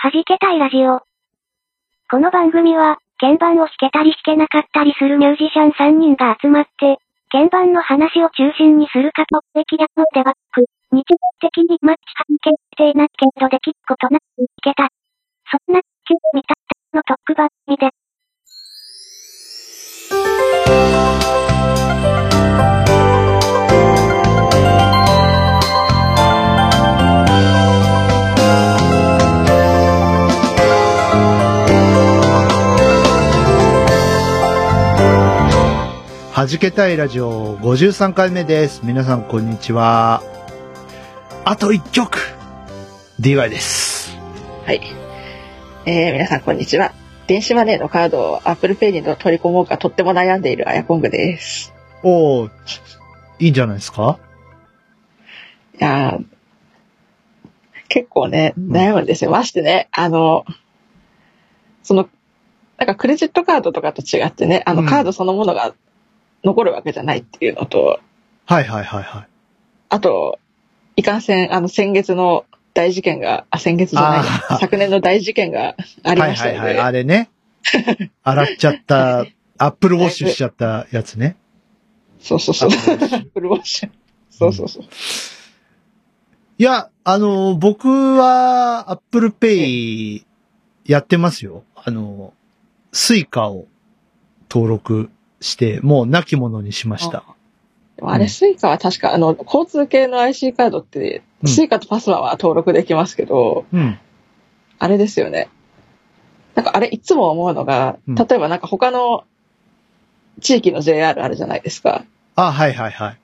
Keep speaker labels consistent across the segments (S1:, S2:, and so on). S1: 弾けたいラジオ。この番組は、鍵盤を弾けたり弾けなかったりするミュージシャン3人が集まって、鍵盤の話を中心にするかと的略をデバッグ。日常的にマッチ関係性なけどできっことなく弾けた。そんな、急にたったのトックバッグで。
S2: はじけたいラジオ53回目です。皆さんこんにちは。あと1曲 !DY です。
S3: はい。えー、皆さんこんにちは。電子マネーのカードを Apple Pay に取り込もうかとっても悩んでいるアヤコングです。
S2: おー、いいんじゃないですか
S3: いやー結構ね、悩むんですよ。ましてね、あの、その、なんかクレジットカードとかと違ってね、あ
S2: う
S3: の
S2: ん
S3: カードそのものが残るわけじゃないっていうのと、
S2: はいはいはいはい。
S3: あと、いかんせん、あの先月の大事件が、あ、先月じゃないや
S2: あー
S3: 昨年の大事件がありましたよね。
S2: はいはいはい。あれ ね。洗っちゃった、アップルウォッシュしちゃったやつね。
S3: そうそう
S2: ア
S3: そう。
S2: ップルウォッシュ
S3: フルウォッシュ。そうそうそう。
S2: いや、あの、僕は Apple Pay やってますよ。あの、スイカを登録して、もう亡き者にしました。
S3: でもあれ、スイカは確か、あの、交通系の IC カードって、
S2: うん
S3: スイカとパスマは登録できますけど、
S2: うん。
S3: あれですよね。なんかあれ、いつも思うのが、
S2: うん
S3: 例えばなんか他の地域の JR あるじゃないですか。
S2: あ、はいはいはい。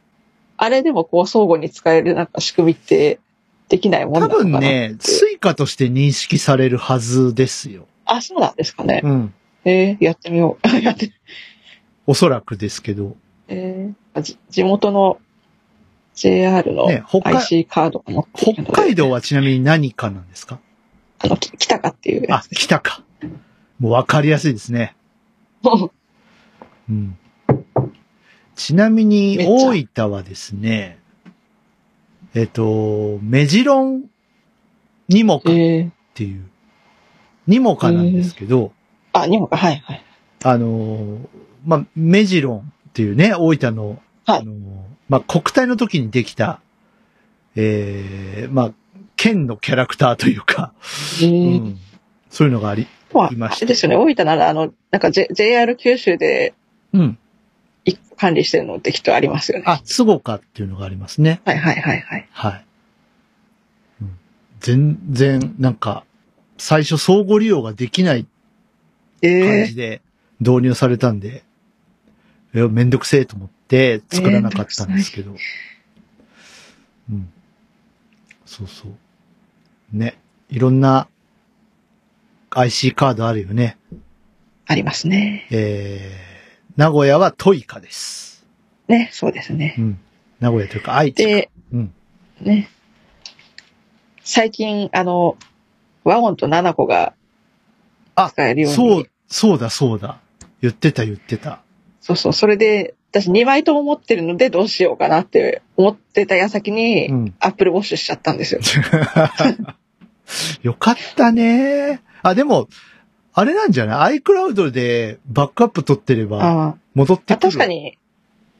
S3: あれでもこう、相互に使えるなんか仕組みってできないもんな
S2: 多
S3: のかな
S2: 分ね、スイカとして認識されるはずですよ。
S3: あ、そうなんですかね。
S2: うん。
S3: えーやってみよう。 やって、
S2: おそらくですけど。
S3: えーじ地元の JR の
S2: ね北海
S3: IC カードを持って
S2: 北
S3: るので
S2: 海道はちなみに何かなんですか
S3: あの、き北かっていうや
S2: あ
S3: つ、です。
S2: 北か。もうわかりやすいです ね。うん。ちなみに、
S3: めっちゃ
S2: 大分はですね、えっと、メジロンにもかっ
S3: えー
S2: ていう、にもかなんですけど、
S3: あ、にもか、はいはい。
S2: あの、まあ、メジロンっていうね、大分の、
S3: はい
S2: あの、まあ、国体の時にできた、ええまあ、県のキャラクターというか、
S3: え
S2: う
S3: ー
S2: ん、そういうのがあり、
S3: まあ
S2: いました
S3: あれですよね、大分なら、あの、なんか、J、JR 九州で
S2: うん。
S3: い管理してるのってきっとありますよね。
S2: あ、つごかっていうのがありますね。
S3: はいはいはいはい。
S2: はい。うん全然、なんか、最初相互利用ができない感
S3: え
S2: じで導入されたんで、いやめんどくせえと思って作らなかったんですけど。うん。そうそう。ね。いろんな IC カードあるよね。
S3: ありますね。
S2: えー、名古屋はトイカです。
S3: ね、そうですね
S2: う。ん。名古屋というか愛知か。
S3: で、
S2: うん
S3: ね。最近、あの、ワゴンとナナコが
S2: あ
S3: 使えるように。
S2: そう、そうだそうだ。言ってた言ってた。
S3: そうそう。それで、私2枚とも持ってるのでどうしようかなって思ってた矢先に、
S2: うん。
S3: アップルウォッシュしちゃったんです よ。
S2: よかったね。あ、でも、あれなんじゃない ?iCloud でバックアップ取ってれば
S3: あ
S2: 戻って
S3: あ
S2: くる。
S3: 確か。に、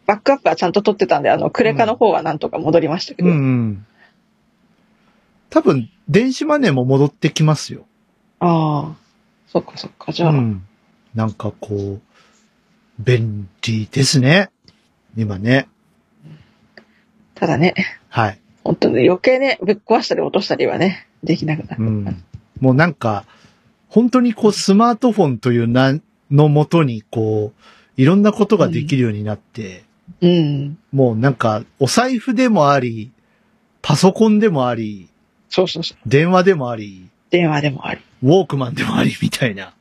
S3: バックアップはちゃんと取ってたんで、あの、クレカの方はなんとか戻りましたけ
S2: う
S3: ど。
S2: んうん。多分、電子マネーも戻ってきますよ。
S3: ああ、そっかそっか。じ
S2: う
S3: ゃあ、
S2: ん。なんかこう、便利ですね。今ね。
S3: ただね、
S2: はい。
S3: 本当に余計ね、ぶっ壊したり落としたりはね、できなくな
S2: う
S3: る。
S2: ん。もうなんか、本当にこう、スマートフォンという名のもとに、こう、いろんなことができるようになって、
S3: うん。
S2: もうなんか、お財布でもあり、パソコンでもあり、
S3: そうそうそう。
S2: 電話でもあり、
S3: 電話でもあり。
S2: ウォークマンでもあり、みたいな。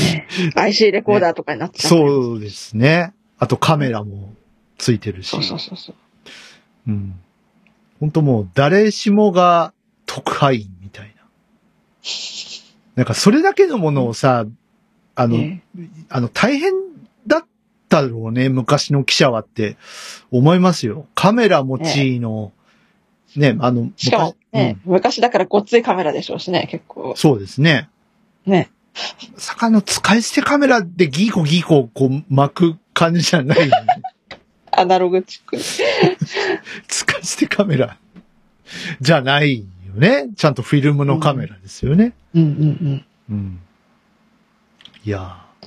S3: ね、IC レコーダーとかになっちゃう。
S2: そうですね。あとカメラもついてるし。
S3: そうそうそうそう。
S2: うん。本当もう、誰しもが特派員みたいな。なんか、それだけのものをさ、あの、
S3: ね
S2: あの、大変だったろうね、昔の記者はって思いますよ。カメラ持ちの、ねあの、
S3: しかも
S2: 昔、
S3: ね、昔だからごっついカメラでしょうしね、結構。
S2: そうですね。
S3: ね。
S2: 坂の使い捨てカメラでギーコギーコこう巻く感じじゃないよね。
S3: アナログチック。
S2: 使い捨てカメラじゃないよね。ちゃんとフィルムのカメラですよね。
S3: うんうん
S2: うん。いやー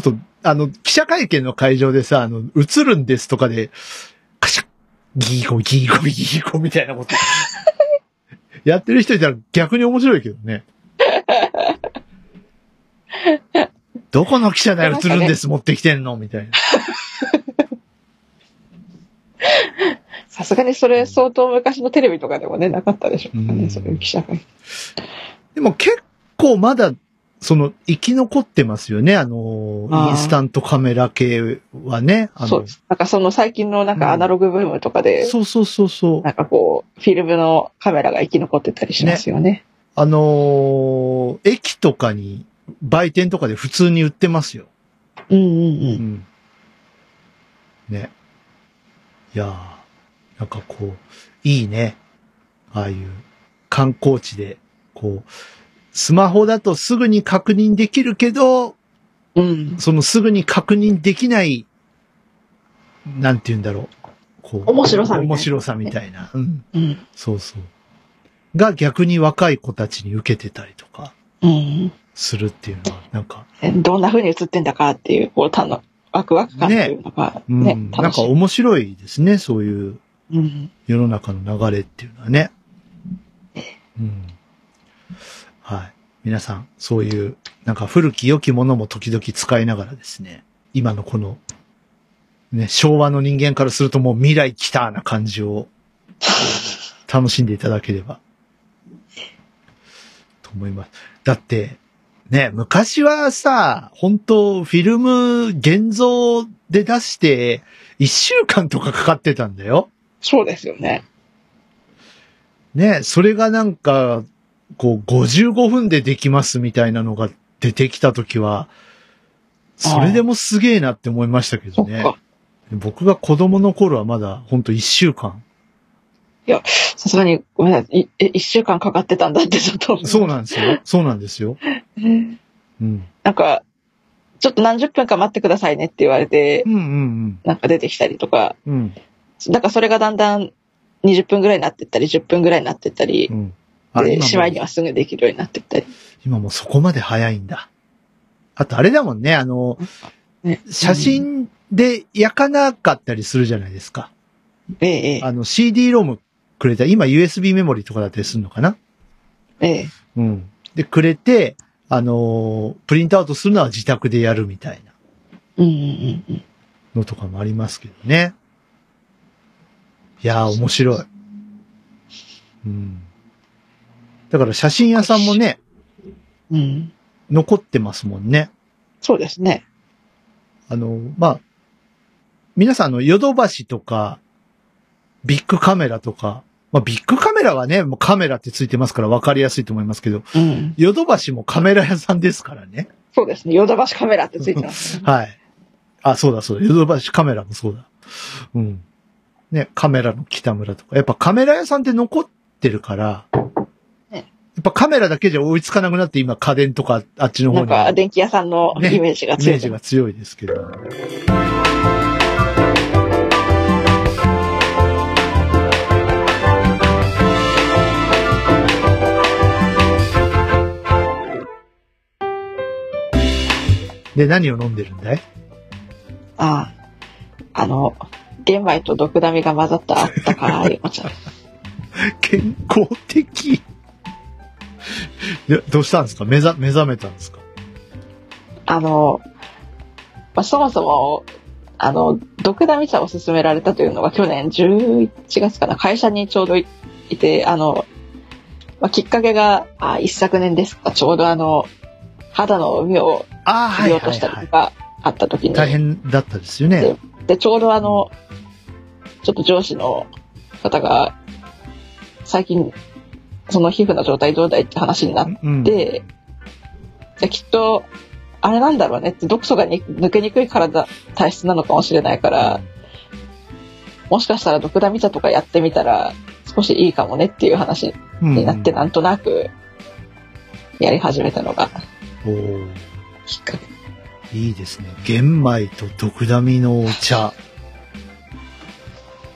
S2: ちょっと、あの、記者会見の会場でさ、あの、映るんですとかで、カシャッ、ギーゴ、ギーゴ、ギーゴみたいな こと。やってる人いたら逆に面白いけど ね。どこの記者だよ、映るんです、持ってきてんのみたいな。
S3: うん。さすがにそれ相当昔のテレビとかでもね、なかったでしょうから
S2: う
S3: ね、
S2: ん
S3: そういう記者会。
S2: でも結構まだ、その、生き残ってますよね。あの、
S3: あー
S2: インスタントカメラ系はね。あの
S3: そうです。なんかその最近のなん
S2: うん
S3: かアナログブームとかで、
S2: そうそうそうそう。
S3: なんかこう、フィルムのカメラが生き残ってたりしますよね。
S2: あのー駅とかに、売店とかで普通に売ってますよ。
S3: うんうんうん。
S2: ん。ね。いやー、なんかこう、いいね。ああいう観光地で、こう、スマホだとすぐに確認できるけど、
S3: うん。
S2: そのすぐに確認できない、なんて言うんだろう。こう
S3: 面白さみたいな
S2: 面白さみたいな。うん。
S3: うん。
S2: そうそう。が逆に若い子たちに受けてたりとか。
S3: うん。
S2: するっていうのは、なんか、
S3: えどんな風に映ってんだかっていう、こう、たの、ワクワク感っていうのが
S2: うん
S3: ね、
S2: なん
S3: 楽し
S2: か
S3: い。
S2: 面白いですね、そういう
S3: うん。
S2: 世の中の流れっていうのはね。うん。はい。皆さん、そういう、なんか古き良きものも時々使いながらですね、今のこの、ね、昭和の人間からするともう未来来たな感じを楽しんでいただければ。と思います。だって、ね、昔はさ、本当フィルム現像で出して、一週間とかかかってたんだよ。
S3: そうですよね。
S2: ね、それがなんか、こう、55分でできますみたいなのが出てきたときは、それでもすげえなって思いましたけ
S3: そ
S2: ど
S3: っ
S2: ね。
S3: か。
S2: 僕が子供の頃はまだ、ほんと1週間。
S3: さすがに、ごめんなさい。いえ一週間かかってたんだって、ちょっと。
S2: そうなんですよ。そうなんですよ。
S3: うん。
S2: うん。
S3: なんか、ちょっと何十分か待ってくださいねって言われて
S2: う、んうん
S3: なんか出てきたりとか、
S2: うん。うん。
S3: なんかそれがだんだん20分ぐらいになってったり、10分ぐらいになってったり
S2: う、ん。あ
S3: で、しま
S2: 今
S3: いに
S2: も、
S3: はすぐできるようになってったり。
S2: 今もうそこまで早いんだ。あとあれだもんね、あの、
S3: ね、
S2: 写真で焼かなかったりするじゃないですか。
S3: うんええ、
S2: あの、CD ロムくれた、今 USB メモリとかだったりするのかな
S3: ええ、
S2: うん。で、くれて、あのープリントアウトするのは自宅でやるみたいな
S3: うんうんうんうん。
S2: のとかもありますけどね。いやー、面白い。うん。だから写真屋さんもね、
S3: うん。
S2: 残ってますもんね。
S3: そうですね。
S2: あのーまあ、皆さんあの、ヨドバシとか、ビッグカメラとか、まあ、ビッグカメラはね、もうカメラってついてますから分かりやすいと思いますけど、
S3: うん。
S2: ヨドバシもカメラ屋さんですからね。
S3: そうですね。ヨドバシカメラってついてます、ね。
S2: はい。あ、そうだそうだ。ヨドバシカメラもそうだ。うん。ね、カメラの北村とか。やっぱカメラ屋さんって残ってるから、や
S3: ね
S2: っぱカメラだけじゃ追いつかなくなって今家電とかあっちの
S3: な
S2: 方
S3: ん
S2: に
S3: か、
S2: イ
S3: 電気屋さんの
S2: ね
S3: イメージが
S2: メ
S3: 強
S2: ー
S3: い。
S2: ジが強いですけど。で、何を飲んでるんだい
S3: ああ。あの、玄米と毒ダミが混ざったあったかいお茶。
S2: 健康的。でどうしたんですか目覚目覚めたんですか
S3: あの、まあ、そもそも、あの、毒ダミ茶を勧められたというのが去年11月かな、会社にちょうどいいて、あの、まあ、きっかけが、あ一昨年ですか、ちょうどあの、肌の海を
S2: ああ、
S3: 切り落としたりとかあった時に、
S2: 大変だったですよね。
S3: で、ちょうどあの、ちょっと上司の方が、最近、その皮膚の状態どうだいって話になっ
S2: うん、
S3: で、じゃあきっと、あれなんだろうねって、毒素がに抜けにくい体、体質なのかもしれないから、もしかしたら毒ダミ茶とかやってみたら、少しいいかもねっていう話
S2: うん
S3: になって、なんとなく、やり始めたのが
S2: おー
S3: きっかけ。
S2: いいですね。玄米と毒ダミのお茶。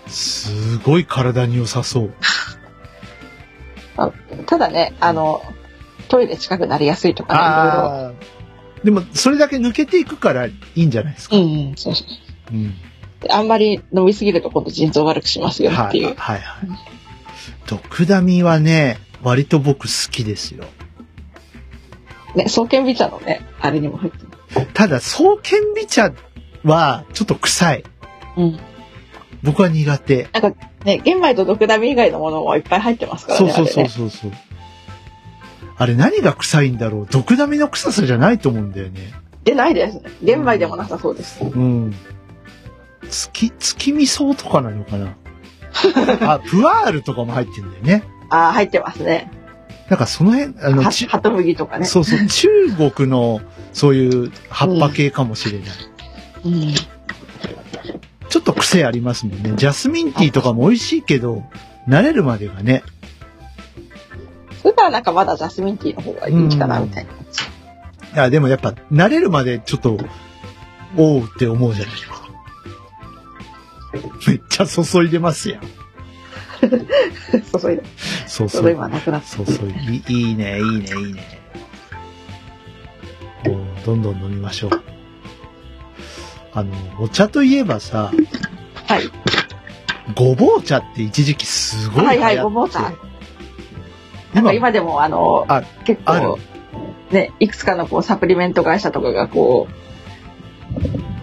S2: すごい体に良さそう。
S3: ただね、あの、トイレ近くなりやすいとか
S2: ああ。でも、それだけ抜けていくからいいんじゃないですか。
S3: ね、いろいろ。うん、うん、そうそう。
S2: うん。
S3: であんまり飲みすぎると今度腎臓悪くしますよっ
S2: は
S3: て
S2: い、
S3: いう。
S2: はい、はい。毒ダミはね、割と僕好きですよ。
S3: ね、双剣美茶のね、あれにも入ってる。
S2: ただ、双剣美茶は、ちょっと臭い。
S3: うん。
S2: 僕は苦手。
S3: ね、玄米とドクダミ以外のものもいっぱい入ってますから
S2: そ
S3: ね。
S2: うそう
S3: あれ
S2: そう
S3: ね
S2: そうそう。あれ何が臭いんだろう毒ダミの臭さじゃないと思うんだよね。
S3: でないですね。玄米でもなさそうです。
S2: うん。月、月味噌とかなのかなあ、プワールとかも入ってんだよね。
S3: ああ、入ってますね。
S2: なんかその辺、あの、
S3: は
S2: ち
S3: ハトフギとかね。
S2: そうそう、中国のそういう葉っぱ系かもしれない。
S3: うん。
S2: ちょっと癖ありますもんね。ジャスミンティーとかも美味しいけど、慣れるまでがね。
S3: それならなんかまだジャスミンティーの方がいいかな、みたいな。
S2: あ、でもやっぱ慣れるまでちょっと、おうって思うじゃないですか。めっちゃ注いでます やん。
S3: 注いで。
S2: そう
S3: ち
S2: そ
S3: ょうど
S2: う。
S3: 今なくなっ
S2: そうそう。いいいいね、いいね、いいね。もう、どんどん飲みましょう。あの、お茶といえばさ、
S3: た。はい。
S2: ごぼう茶って一時期すごい流行って。
S3: はいはいごぼう茶なん
S2: 今
S3: か今でもあの
S2: あ、
S3: 結
S2: あ
S3: 構、ね、いくつかのこうサプリメント会社とかがこ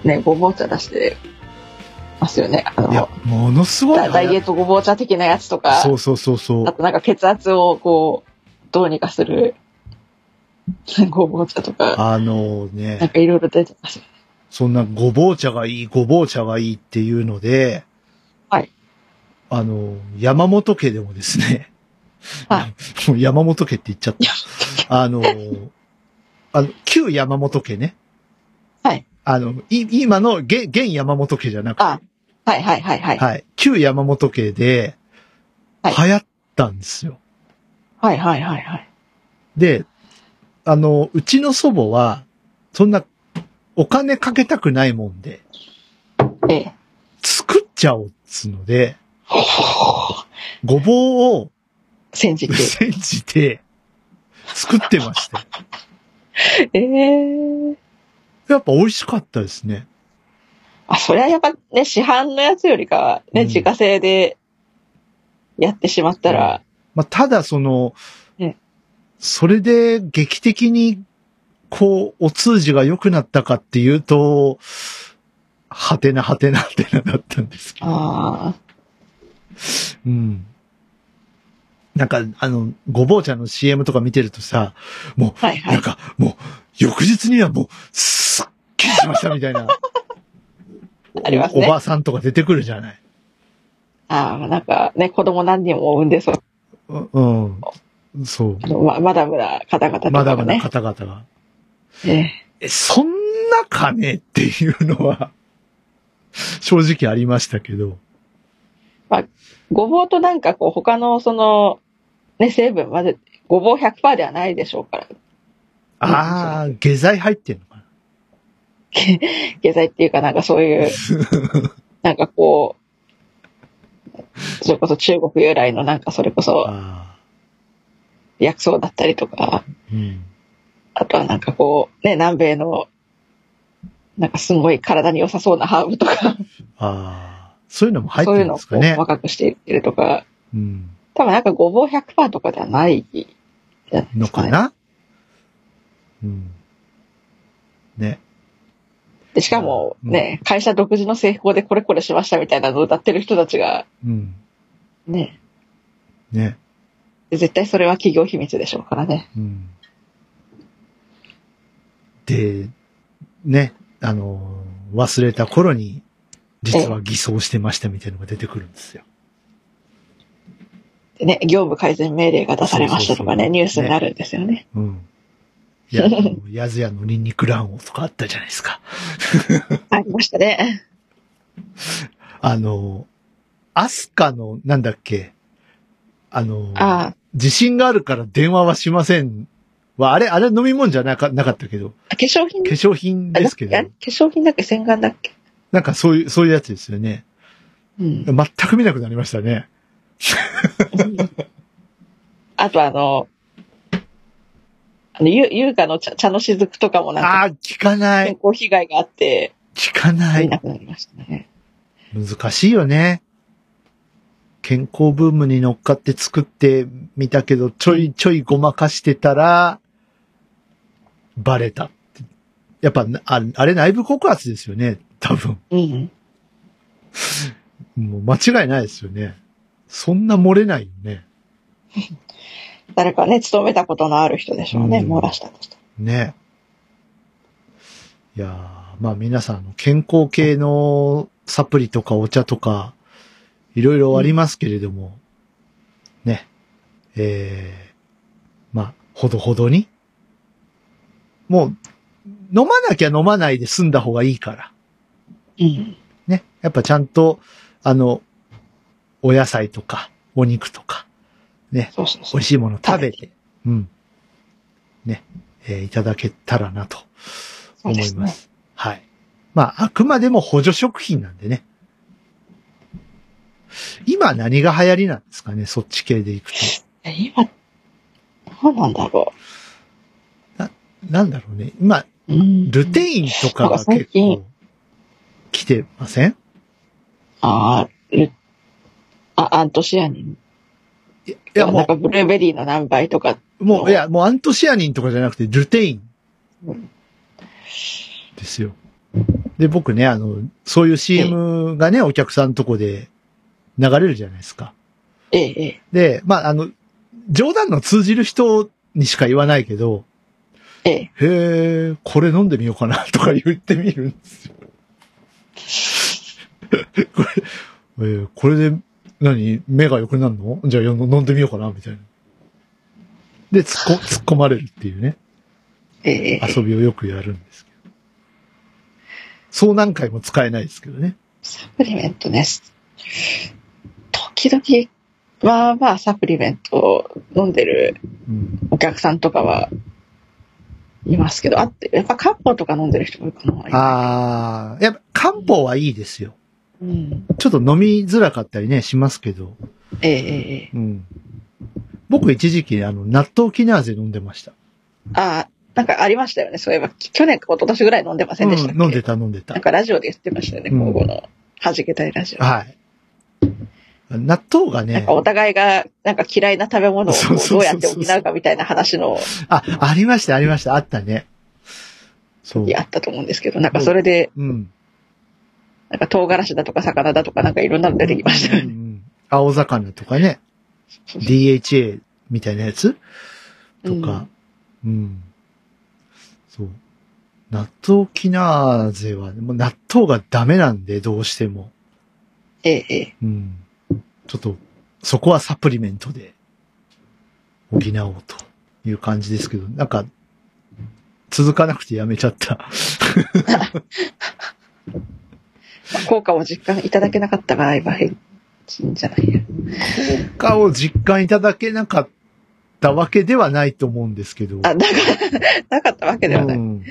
S3: う、ね、ごぼう茶出してますよね。あ
S2: いや
S3: の、、
S2: ものすごい流行
S3: ダ
S2: っ
S3: ダイエットごぼう茶的なやつとか。
S2: そうそうそうそ
S3: あ
S2: う。
S3: となんか血圧をこう、どうにかする、 ごぼう茶とか、
S2: あの
S3: なん
S2: ね、
S3: かいろいろ出てます。
S2: そんなごぼう茶がいい、ごぼう茶がいいっていうので、
S3: はい。
S2: あの、山本家でもですね、
S3: は
S2: もう山本家って言っちゃった。あの、あの、旧山本家ね。
S3: はい。
S2: あの、い、今の現、現山本家じゃなく
S3: あ、はいはいはいはい。
S2: て、はい。旧山本家で、
S3: は
S2: 流
S3: い
S2: 行ったんですよ。
S3: はいはいはいはい。
S2: で、あの、うちの祖母は、そんな、お金かけたくないもんで、
S3: ええ。
S2: 作っちゃおうっつうので、
S3: ほほほ
S2: ごぼうを
S3: 煎じて。
S2: 煎じて、作ってましたよ。
S3: ええ。
S2: やっぱ美味しかったですね。
S3: あ、そりゃやっぱね、市販のやつよりかは、
S2: う
S3: ね、
S2: ん
S3: 自家製でやってしまったら、
S2: まあ、ただその
S3: うん、
S2: それで劇的に、こう、お通じが良くなったかっていうと、はてなはてなはてなだったんですけど
S3: あ
S2: うん。なんか、あの、ごぼう茶の CM とか見てるとさ、もう、
S3: あ、はいは
S2: なん
S3: い。
S2: か、もう、翌日にはもう、すっきりしましたみたいな。
S3: あります
S2: お
S3: ね
S2: ばあさんとか出てくるじゃない。
S3: ああ、なんかね、子供何人も産んでそう。
S2: ううん。そう
S3: あ。のままだまだ方々とかね。
S2: まだまだ方々が。
S3: ええ。
S2: え、そんなかねっていうのは、 正直ありましたけど。
S3: ごぼうとなんかこう他のその、ね、成分まで、ごぼう100%ではないでしょうから、
S2: ああ、下剤入ってんのかな。
S3: 下剤っていうかなんかそ ういう、なんかこう、それこそ中国由来のなんかそれこそ
S2: あ
S3: 薬草だったりとか、
S2: ーうん。
S3: あとはなんかこう、ね、南米の、なんかすごい体に良さそうなハーブとか、
S2: ああ、そういうのも入っ
S3: そうい
S2: てる
S3: う
S2: ん
S3: のを
S2: です
S3: こ
S2: か
S3: う
S2: ね。
S3: 細かくしていってるとか、
S2: うん。
S3: 多分なんかごぼう100%とかではないじゃないで
S2: の
S3: すか
S2: か
S3: ね。
S2: な、うん。ね。
S3: でしかもね、会社独自の製法でこれこれしましたみたいなのを歌ってる人たちが、
S2: うん。
S3: ね、
S2: ね。
S3: 絶対それは企業秘密でしょうからね。
S2: うん。で、ね、あの、忘れた頃に、実は偽装してましたみたいなのが出てくるんですよ。
S3: でね、業務改善命令が出されまし
S2: そ
S3: たとか
S2: うそうそう
S3: ね、ニュースになるんですよね。
S2: うん。いや、あの やずやのニンニク卵黄とかあったじゃないですか。
S3: ありましたね。
S2: あの、アスカの、なんだっけ、あの、
S3: あ
S2: 自信があるから電話はしませんは、あれ、あれ飲み物じゃなかなかったけど、
S3: あ、化粧品
S2: 化粧品
S3: あ
S2: ですけど
S3: なん、だっけ化粧品だっけ洗顔だっけ
S2: なんかそういう、そういうやつですよね。
S3: うん。
S2: 全く見なくなりましたね。
S3: あとあの、あの、ゆ、ゆうかの茶茶の雫とかもなん
S2: あ
S3: か、
S2: あー、聞かな
S3: 健
S2: い。
S3: 康被害があって、
S2: 聞かな
S3: 見
S2: い。
S3: なくなりましたね。
S2: 難しいよね。健康ブームに乗っかって作ってみたけど、ちょいちょいごまかしてたら、バレたって。やっぱ、ああれ内部告発ですよね。多分。
S3: うん。
S2: もう間違いないですよね。そんな漏れないよね。
S3: 誰かね、勤めたことのある人でしょうね、
S2: うん
S3: 漏らしたとしたら
S2: ね。いやーまあ皆さんあの、健康系のサプリとかお茶とか、いろいろありますけれども、ね。えー、まあ、ほどほどに。もう、飲まなきゃ飲まないで済んだ方がいいから。
S3: うん。
S2: ね。やっぱちゃんと、あの、お野菜とか、お肉とか、
S3: そうそ
S2: 美
S3: うそう
S2: 味。しいもの食べて、うん。ね、えーいただけたらなと
S3: そ
S2: 思
S3: う
S2: い
S3: で
S2: ます
S3: す。ね
S2: はい。まあ、あくまでも補助食品なんでね。今何が流行りなんですかね、そっち系でいくと。
S3: え今、どうなんだろ
S2: なんだろうね。今、
S3: う。うん。
S2: ルテインとかが結
S3: なん
S2: 構、来てません
S3: あールあ、アントシアニン。
S2: いや
S3: い
S2: いや、
S3: なん
S2: も
S3: かブルーベリーの何倍とか、
S2: う、もう、いや、もうアントシアニンとかじゃなくて、ルテイン
S3: うん。
S2: ですよ。で、僕ね、あの、そういう CM がね、お客さんとこで流れるじゃないですか。
S3: ええ、ええ。
S2: で、まあ、あの、冗談の通じる人にしか言わないけど、
S3: ええ、
S2: へえ、これ飲んでみようかなとか言ってみるんですよ。 これ、えーこれで、何目が良くなるのじゃあよ飲んでみようかなみたいな。で、突っこ、突っ込まれるっていうね、
S3: ええ、ええ
S2: 遊びをよくやるんですけど。そう何回も使えないですけどね。
S3: サプリメントね。時々、まあまあサプリメントを飲んでる
S2: うん。
S3: お客さんとかは、いますけど、あって、やっぱ漢方とか飲んでる人もいるかな。あ。
S2: ああ、やっぱ漢方はいいですよ。
S3: うん。
S2: ちょっと飲みづらかったりね、しますけど。
S3: ええ、ええええ。
S2: うん。僕一時期、あの、納豆キナーゼ飲んでました。
S3: ああ、なんかありましたよね。そういえば、去年か一昨年ぐらい飲んでませんでしたっけ、
S2: うん飲んでた飲んで
S3: なん
S2: た。
S3: かラジオで言ってましたよね、
S2: うん
S3: 今後の。弾けたいラジオ。
S2: はい。納豆が
S3: なん
S2: ね
S3: か、お互いが、なんか嫌いな食べ物をこ
S2: そうそうそう
S3: うどうやって補うかみたいな話の、
S2: あ、ありました、ありました、あったね。そう。
S3: あったと思うんですけど、なんかそれで、
S2: うん。
S3: なんか唐辛子だとか魚だとかなんかいろんなの出てきましたよ
S2: うんう
S3: ね。
S2: ん青魚とかね、DHA みたいなやつとか、うん。そう。納豆キナーゼは、もう納豆がダメなんで、どうしても。
S3: ええ、ええ。
S2: うん。ちょっと、そこはサプリメントで補おうという感じですけど、なんか、続かなくてやめちゃ った。
S3: まあ効果を実感いただけなかった場合は、返金じゃないや。
S2: 効果を実感いただけなかったわけではないと思うんですけど。
S3: あ、だから、 なかったわけではな
S2: う
S3: い。
S2: ん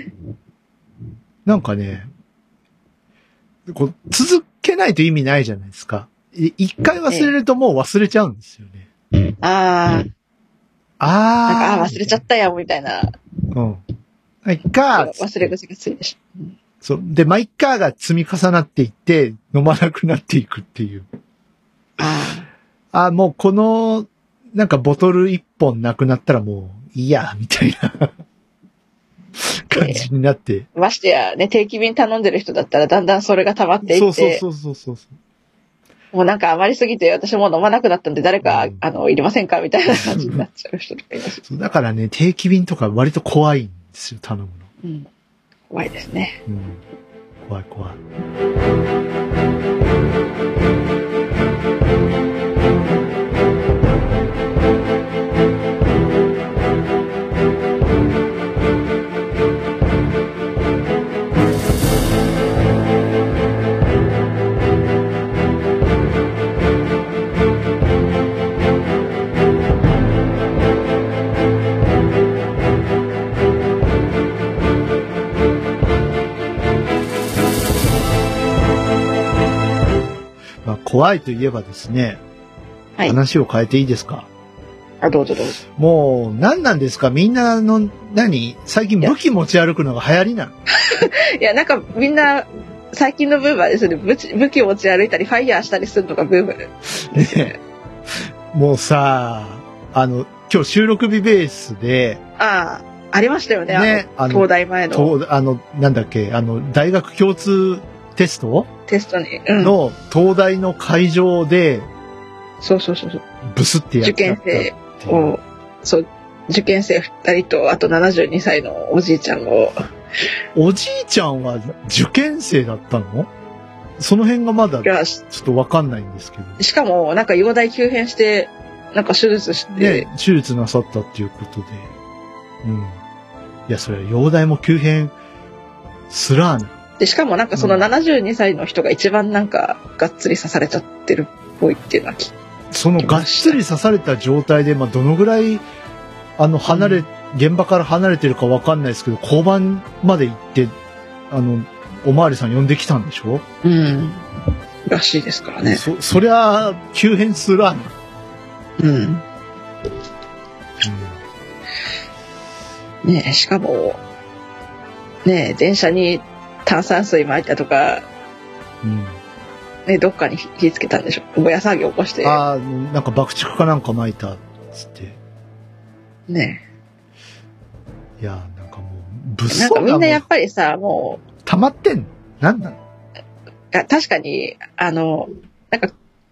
S2: なんかね、こう続けないと意味ないじゃないですか。い一回忘れるともう忘れちゃうんですよね。
S3: ああ、
S2: あ
S3: なん
S2: ー。
S3: か、ああ、忘れちゃったや、みたいな。
S2: た。うん。あいっかーっつって
S3: 忘れ癖がついてしまう。うん
S2: そう。で、マイカーが積み重なっていって、飲まなくなっていくっていう。
S3: あ
S2: あ、もうこの、なんかボトル一本なくなったらもう、いいや、みたいな感じになって。
S3: あ、ましてや、ね、定期便頼んでる人だったら、だんだんそれが溜まっていって、
S2: そうそうそうそうそうそう。
S3: もうなんか余りすぎて、私もう飲まなくなったんで、誰か、
S2: うん
S3: あの、いりませんかみたいな感じになっちゃう人とかいます。
S2: そうだからね、定期便とか割と怖いんですよ、頼むの。
S3: うん。怖いですね。
S2: うん。怖い怖い。
S4: 「
S2: Y といえばですね、
S3: はい
S2: 話を変えていいですか
S3: あ、どうぞどうぞ。
S2: もう、何なんですかみんなの、何最近
S3: いや
S2: 武器持ち歩くのが流行りなの
S3: いや、なんかみんな、最近のブームはですね、武器武器持ち歩いたり、ファイヤーしたりするのがブームです よね。
S2: もうさ、あの、今日収録日ベースで、
S3: ああ、ありましたよね。
S2: ね、
S3: あ
S2: あ
S3: の東
S2: の、
S3: 大前の
S2: 東あの、なんだっけ、あの、大学共通テスト
S3: テストに。うん。
S2: の東大の会場で、
S3: そうそうそうそう。
S2: ブスってやっ
S3: 受
S2: ちゃっ
S3: 験
S2: たっていう
S3: 生を、そう、受験生二人と、あと72歳のおじいちゃんを、
S2: おじいちゃんは受験生だったのその辺がまだ
S3: い
S2: ちょ
S3: や、
S2: っとわかんないんですけど。
S3: しかも、なんか容体急変して、なんか手術して、
S2: ね、手術なさったっていうことで。うん。いや、それは容体も急変すらな。
S3: で、しかもなんかその
S2: うん
S3: 72歳の人が一番なんか、がっつり刺されちゃってるっぽいっていうのは聞
S2: そのがっつり刺された状態で、まあ、どのぐらい、あの、離れ、
S3: う
S2: 現場から離れてるかわかんないですけど、交番まで行って、あの、おまわりさん呼んできたんでしょ、
S3: うん。らしいですからね。
S2: そ、そりゃ、急変すらな。
S3: うん。ねえ、しかも、ねえ、電車に炭酸水撒いたとか、
S2: うん。うん
S3: ね、どっかに火つけたんでしょ。ぼや騒ぎ起こして、
S2: ああ、なんか爆竹かなんか巻いた、つって。
S3: ね
S2: いや、なんかもう、物
S3: え。な
S2: 騒
S3: んか
S2: がも
S3: みんなやっ
S2: う
S3: ぱりさ、もう、
S2: 溜まってんのなんなの
S3: あ確かに、あの、なんか、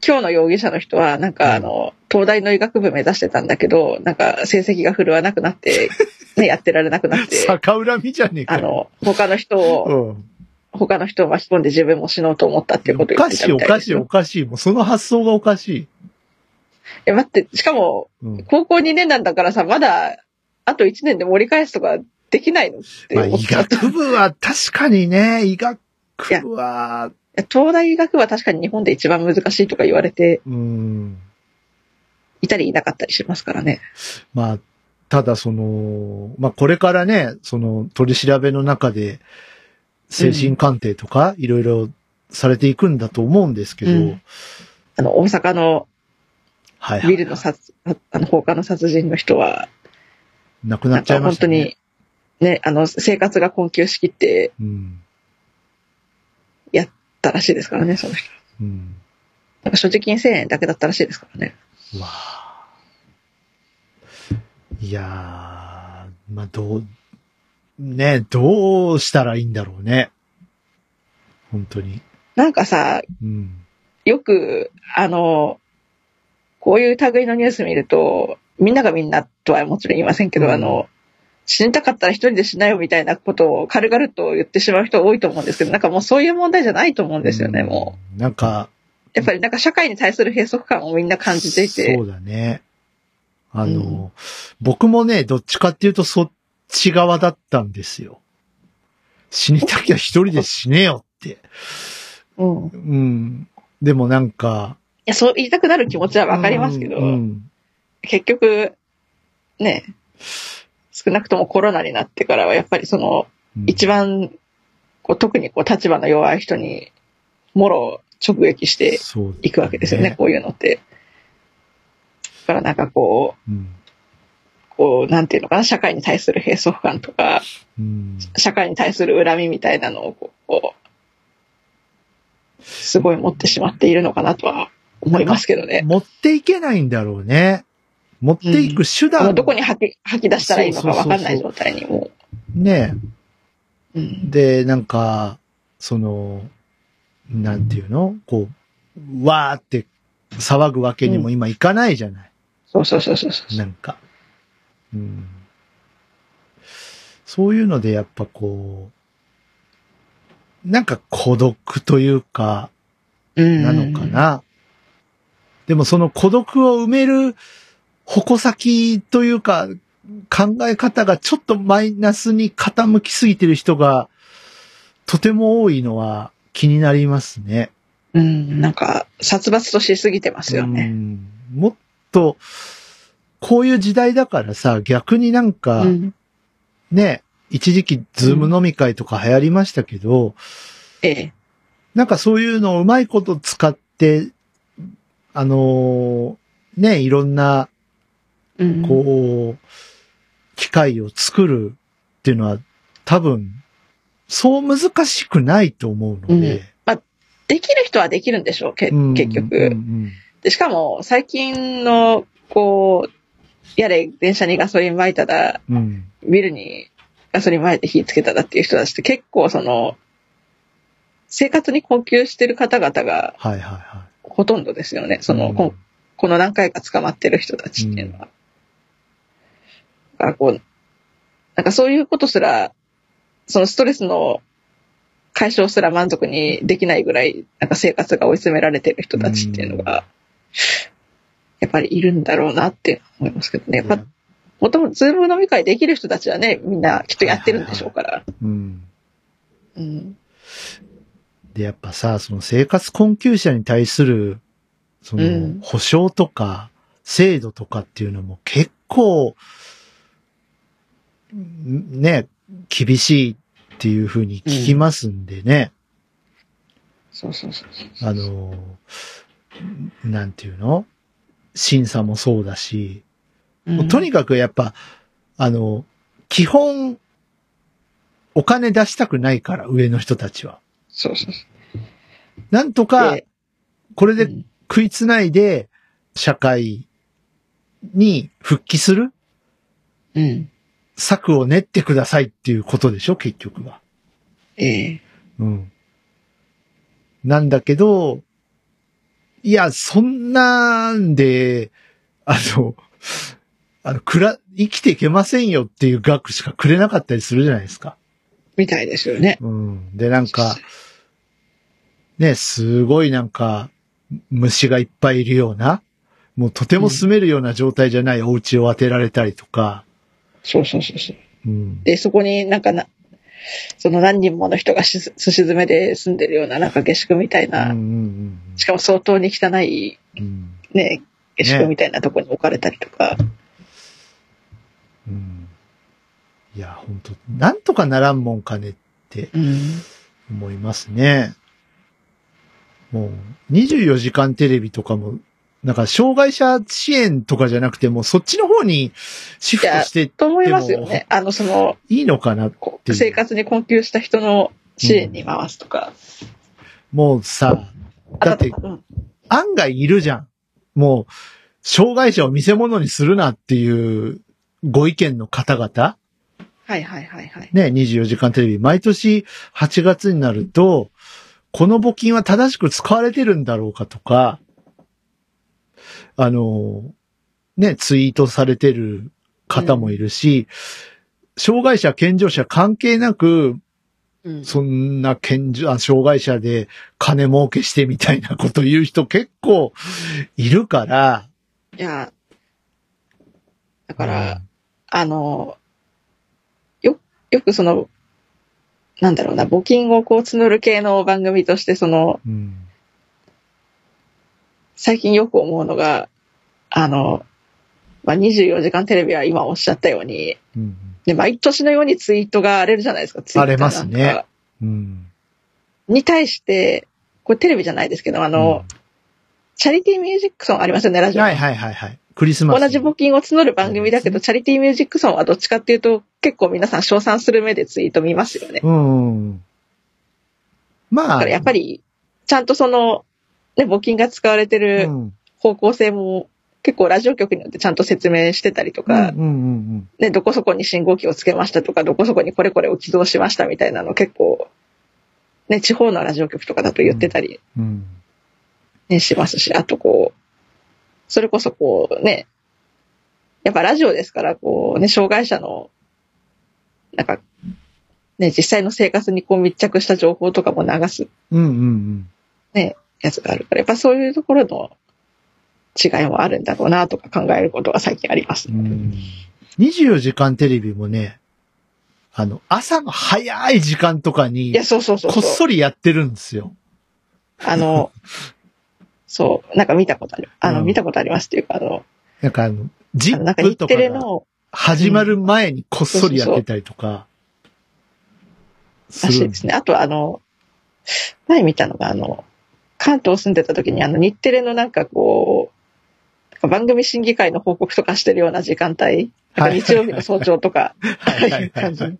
S3: 今日の容疑者の人は、なんか、あの、東大の医学部目指してたんだけど、なんか、成績が振るわなくな って、ね、やってられなくなって、
S2: 逆恨みじゃねえか
S3: あ
S2: よ。
S3: の、他の人を、
S2: うん。
S3: 他の人を巻き込んで自分も死のうと思ったっていうこ
S2: お
S3: とを言っ
S2: か
S3: て
S2: したい、お
S3: みたい
S2: か
S3: で
S2: し
S3: す
S2: い、
S3: よ
S2: お。かしい。もうその発想がおかしい。
S3: え、待って、しかも、
S2: うん。
S3: 高校2年なんだからさ、まだ、あと1年で盛り返すとかできないのって
S2: まあ、
S3: 思っ
S2: 医
S3: ちゃった。
S2: 学部は確かにね、医学部は、
S3: 東大医学部は確かに日本で一番難しいとか言われて
S2: うん。
S3: いたりいなかったりしますからね。
S2: まあ、ただその、まあこれからね、その取り調べの中で、精神鑑定とか、いろいろされていくんだと思うんですけど、
S3: うんあの、大阪の
S2: はいはい。
S3: ビルの殺、あの、放火の殺人の人は、
S2: なくな
S3: な
S2: っ
S3: ん
S2: ちゃ
S3: か
S2: いま
S3: 本
S2: した
S3: 当
S2: ね。
S3: に、ね、あの、生活が困窮しきって
S2: うん。
S3: たらしいですからね、その人。
S2: うん。
S3: なんか所持金1000円だけだったらしいですからね。
S2: うわあいやー、まあ、どう、ね、どうしたらいいんだろうね。本当に。
S3: なんかさ、
S2: うん。
S3: よく、あの、こういう類のニュース見ると、みんながみんなとはもちろん言いませんけど、
S2: うん
S3: あの、死にたかったら一人で死なよみたいなことを軽々と言ってしまう人多いと思うんですけど、なんかもうそういう問題じゃないと思うんですよね、も
S2: うん。なんか、
S3: う。やっぱりなんか社会に対する閉塞感をみんな感じていて
S2: そ、うだね。あの、
S3: うん
S2: 僕もね、どっちかっていうとそっち側だったんですよ。死にたきゃ一人で死ねよって。
S3: うん。い
S2: うん。でもなんか。
S3: や、そう言いたくなる気持ち はわかりますけど、
S2: うんうん
S3: 結局、ね、少なくともコロナになってからは、やっぱりその、
S2: うん
S3: 一番、こう特にこう立場の弱い人に、もろ直撃して
S2: そう
S3: いくわけですよね、こういうのって。だからなんかこ
S2: うん。
S3: う、こう、なんていうのかな、社会に対する閉塞感とか、
S2: うん
S3: 社会に対する恨みみたいなのをこう、こうすごい持ってしまっているのかなとは思いますけどね。
S2: 持っていけないんだろうね。持っていく手
S3: もう
S2: 段。
S3: どこに吐き吐き出したらいいのかわかんない状態にも
S2: ね。
S3: う。うん
S2: で、なんか、その、なんていうのこう、わーって騒ぐわけにも今いかないじゃない。
S3: そうそうそうそうそう。
S2: なんか。うん。そういうので、やっぱこう、なんか孤独というか、な
S3: な
S2: のか。な。でもその孤独を埋める矛先というか、考え方がちょっとマイナスに傾きすぎてる人が、とても多いのは気になりますね。
S3: うん、なんか、殺伐としすぎてますよ
S2: う
S3: ね。
S2: んもっと、こういう時代だからさ、逆になん
S3: う
S2: か、
S3: ん。
S2: ね、一時期ズーム飲み会とか流行りましたけど、
S3: ええ。
S2: なんかそういうのをうまいこと使って、あのーね、いろんな、
S3: うん。
S2: こう、機械を作るっていうのは多分、そう難しくないと思うので。
S3: できる人はできるんでしょう、け
S2: うん
S3: 結局。
S2: うんうん
S3: で、しかも、最近の、こう、やれ、電車にガソリン撒いただ、
S2: うんうん
S3: ビルにガソリン撒いて火つけただっていう人たちって結構、その、生活に困窮してる方々が
S2: はいはいは
S3: ほとんどですよね。
S2: い。
S3: その、
S2: うん
S3: ここの何回か捕まってる人たちっていうのは。だからこう、なんかそういうことすら、そのストレスの解消すら満足にできないぐらい、なんか生活が追い詰められてる人たちっていうのが、やっぱりいるんだろうなって思いますけどね。やっぱ、もともとズーム飲み会できる人たちはね、みんなきっとやってるんでしょうから。
S2: うん。
S3: うん。
S2: で、やっぱさ、その生活困窮者に対する、そ
S3: うん
S2: の、保障とか、制度とかっていうのも結構、んね、厳しいっていうふうに聞きますんでね、
S3: そうそうそうそう。
S2: あの、なんていうの審査もそうだし、
S3: うん、
S2: とにかくやっぱ、あの、基本、お金出したくないから、上の人たちは。
S3: そうそうそ
S2: なんと
S3: う。
S2: か、
S3: で
S2: これで
S3: うん
S2: 食いつないで、社会に復帰する
S3: うん。
S2: 策を練ってくださいっていうことでしょ、結局は。
S3: ええ
S2: うん。なんだけど、いや、そんなんで、あの、あの、くら、生きていけませんよっていう額しかくれなかったりするじゃないですか。
S3: みたいですよね。
S2: うん。で、なんか、ね、すごいなんか、虫がいっぱいいるような、もうとても住めるような状態じゃないお家を当てられたりとか、
S3: そうそうそうそう。
S2: うん。
S3: で、そこになんかな、その何人もの人がしすし詰めで住んでるようななんか下宿みたい
S2: うんう
S3: な、
S2: ん
S3: しかも相当に汚い
S2: うんうん。
S3: ね、下宿みたいなとこに置かれたりとか、
S2: うん。いや、本当なんとかならんもんかねって
S3: うん、
S2: 思いますね。もう、24時間テレビとかも、なんか、障害者支援とかじゃなくて、もうそっちの方にシフトして
S3: と思いますよね。あの、その、
S2: いいのかな
S3: こ
S2: で
S3: 生活に困窮した人の支援に回すとか。
S2: もうさ、だって
S3: あとうん
S2: 案外いるじゃん。もう、障害者を見せ物にするなっていうご意見の方々。
S3: はいはいはいはい。
S2: ね、24時間テレビ。毎年8月になると、この募金は正しく使われてるんだろうかとか、あの、ね、ツイートされてる方もいるし、障害者、健常者関係なく、
S3: うん
S2: そんな健常、あ障害者で金儲けしてみたいなこと言う人結構いるから。
S3: いや、だから、あの、よ、よくその、なんだろうな、募金をこう募る系の番組として、その、
S2: うん。
S3: 最近よく思うのが、あの、まあ、24時間テレビは今おっしゃったように、
S2: うん。
S3: で、毎年のようにツイートが荒れるじゃないですか、ツイッターなんか
S2: 荒れますね。うん。
S3: に対して、これテレビじゃないですけど、あの、チャリティーミュージックソンありますよね、ラ
S2: うん、
S3: ジオ。
S2: はいはいはいはい。クリスマス。
S3: 同じ募金を募る番組だけ
S2: う
S3: ど、
S2: ん
S3: チャリティーミュージックソンはどっちかっていうと、結構皆さん称賛する目でツイート見ますよね。
S2: うんうんうん。ま
S3: だ
S2: あ
S3: から、やっぱり、ちゃんとその、ね、募金が使われて
S2: うん、う
S3: る
S2: ん
S3: 方向性も、結構ラジオ局によってちゃんと説明してたりと
S2: うん
S3: か、
S2: うん
S3: ね、どこそこに信号機をつけましたとか、どこそこにこれこれを起動しましたみたいなの結構、ね、地方のラジオ局とかだと言ってたり、
S2: うん。うん。
S3: ね、しますし、あとこう、それこそこうね、やっぱラジオですから、こうね、障害者の、なんか、ね、実際の生活にこう密着した情報とかも流す
S2: うんうんうん。
S3: やつがあるから、やっぱそういうところの違いもあるんだろうなとか考えることが最近あります。
S2: うん24時間テレビもね、あの、朝の早い時間とか
S3: い
S2: に
S3: や、、そうそうそう
S2: こ
S3: そ
S2: っ
S3: う。
S2: そりやってるんですよ。
S3: あの、 そう、なんか見たことある。あの、
S2: うん
S3: 見たことありますっていうか、あの、
S2: なんかあの、
S3: あ
S2: ジ
S3: のな
S2: ッ
S3: んか
S2: プ
S3: 日
S2: とか
S3: テレ
S2: が
S3: の
S2: 始まる前にこっそりやってたりとか、す
S3: らし
S2: る
S3: い
S2: ん
S3: ですね。あと、あの、前見たのが、あの、関東住んでた時に、あの、日テレのなんかこう、なんか番組審議会の報告とかしてるような時間帯、なんか日曜日の早朝とか、ああ
S2: はいはい いうは
S3: 感
S2: い
S3: じ
S2: はい。。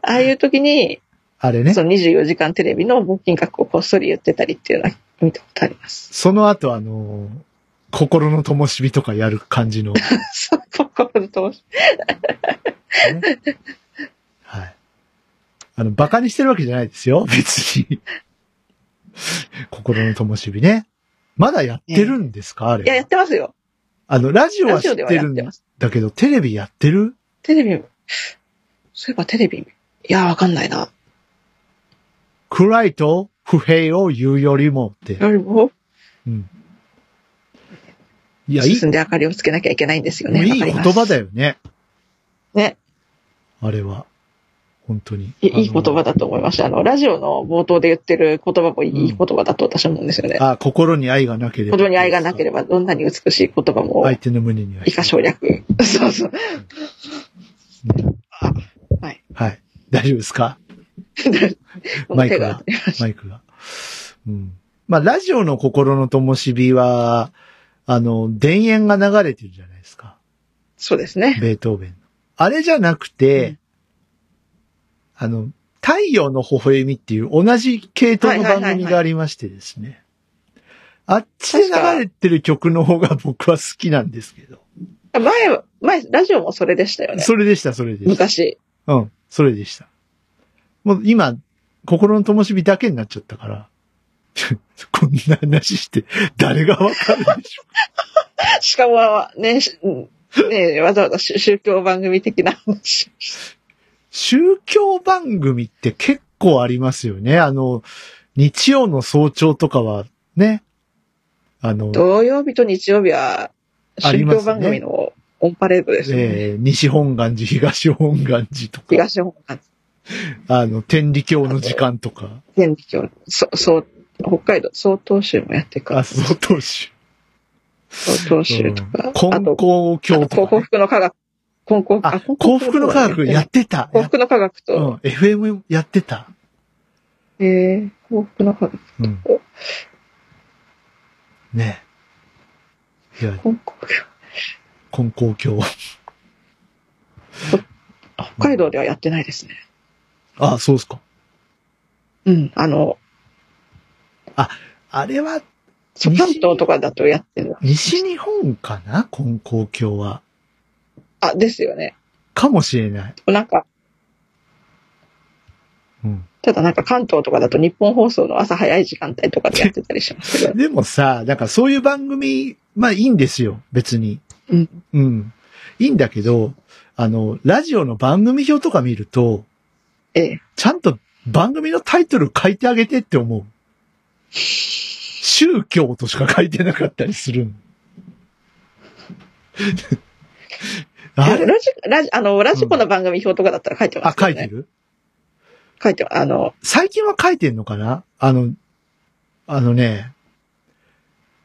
S3: ああいう時に、
S2: あれね
S3: そ。の24時間テレビの募金額をこっそり言ってたりっていうのは見たことあり ます。
S2: その後あの、心の灯火とかやる感じの、ね。
S3: そう、心と。
S2: はい。あの、馬鹿にしてるわけじゃないですよ、 別に。心の灯火ね。まだやってるんですか、あれ。
S3: いや、やってますよ。
S2: あの、ラジオ
S3: ラ
S2: は
S3: ジ
S2: 知
S3: オ
S2: っ
S3: では
S2: て
S3: や
S2: る
S3: っ
S2: ん
S3: てます。
S2: だけど、テレビやってる
S3: テレビも、そういえばテレビ、いや、わかんないな。
S2: 暗いと不平を言うよりもって。
S3: よりも、
S2: うん。いや、いい、
S3: 進んで明かりをつけなきゃいけないんですよね。
S2: いい言葉だ
S3: よ。
S2: よね。
S3: ね。
S2: あれは。本当に。
S3: いいいい言葉
S2: だ。
S3: だと思いました。あの、ラジオの冒頭で言ってる言葉もい
S2: うん
S3: い言葉だと私は思うんですよね。
S2: あ、心に愛がなければ。
S3: 子供に愛がなけれ
S2: ば。
S3: ば、どんなに美しい言葉も、
S2: 相手の胸には。
S3: 以下省略。そうそう。
S2: うん
S3: あはい。
S2: はい。大丈夫ですかマイクが。マイクが。うん。まあ、ラジオの心の灯火は、あの、田園が流れてるじゃないですか。
S3: そうですね。
S2: ベートーベンの。あれじゃなくて、
S3: うん
S2: あの、太陽の微笑みっていう同じ系統の番
S3: はいはいはい
S2: 組
S3: はい
S2: がありましてですね。あっちで流れてる曲の方が僕は好きなんですけど。
S3: 前は、前、ラジオもそれでしたよね。
S2: それでした、それでした。
S3: 昔。
S2: うん、それでした。もう今、心の灯火だけになっちゃったから、 こんな話して誰がわかるでしょ
S3: しかも、ね、しうんねわざわざ宗宗教番組的な話。
S2: 宗教番組って結構ありますよね。あの、日曜の早朝とかはね、あの、
S3: 土曜日と日曜日は、
S2: あ
S3: 宗
S2: りますね
S3: 教番組のオンパレードですよね。
S2: えー西本願寺、東本願寺とか、
S3: 東本願
S2: あの、天理教の時間とか、
S3: 天理教、そう、そう、北海道、曹東州もやってるか
S2: あ、
S3: ら、
S2: そう、当主。
S3: 曹東州とか、あ
S2: 根
S3: と、
S2: 高教
S3: あと
S2: とか
S3: 幸
S2: ね、
S3: 福の科学、根高
S2: あ、幸福の科学や
S3: っ
S2: ってた。
S3: 幸福の科学
S2: う
S3: と、
S2: ん、FM やってた。
S3: えー、幸福の科学、
S2: うんねえ。いや、
S3: 根高教
S2: 根高教。
S3: 北海道ではやってないですね。
S2: あ、そうっすか。
S3: うん、あの、
S2: あれは、
S3: そう関東とかだとやってる。
S2: 西日本かな根高教は。
S3: あ、ですよね。
S2: かもしれない。
S3: なんか、
S2: うん。。
S3: ただなんか関東とかだと日本放送の朝早い時間帯とかでやってたりしますけど
S2: でもさ、なんかそういう番組、まあいいんですよ、別に。
S3: うん。
S2: うん。いいんだけど、あの、ラジオの番組表とか見ると、
S3: ええ。
S2: ちゃんと番組のタイトル書いてあげてって思う。宗教としか書いてなかったりするの。あれ
S3: ラジ、ラジ、あの、ラジコの番組表とかだったら書いてま
S2: あ
S3: す、、ね
S2: 書いてる
S3: 書いてあの、
S2: 最近は書いてんのかなあの、あのね、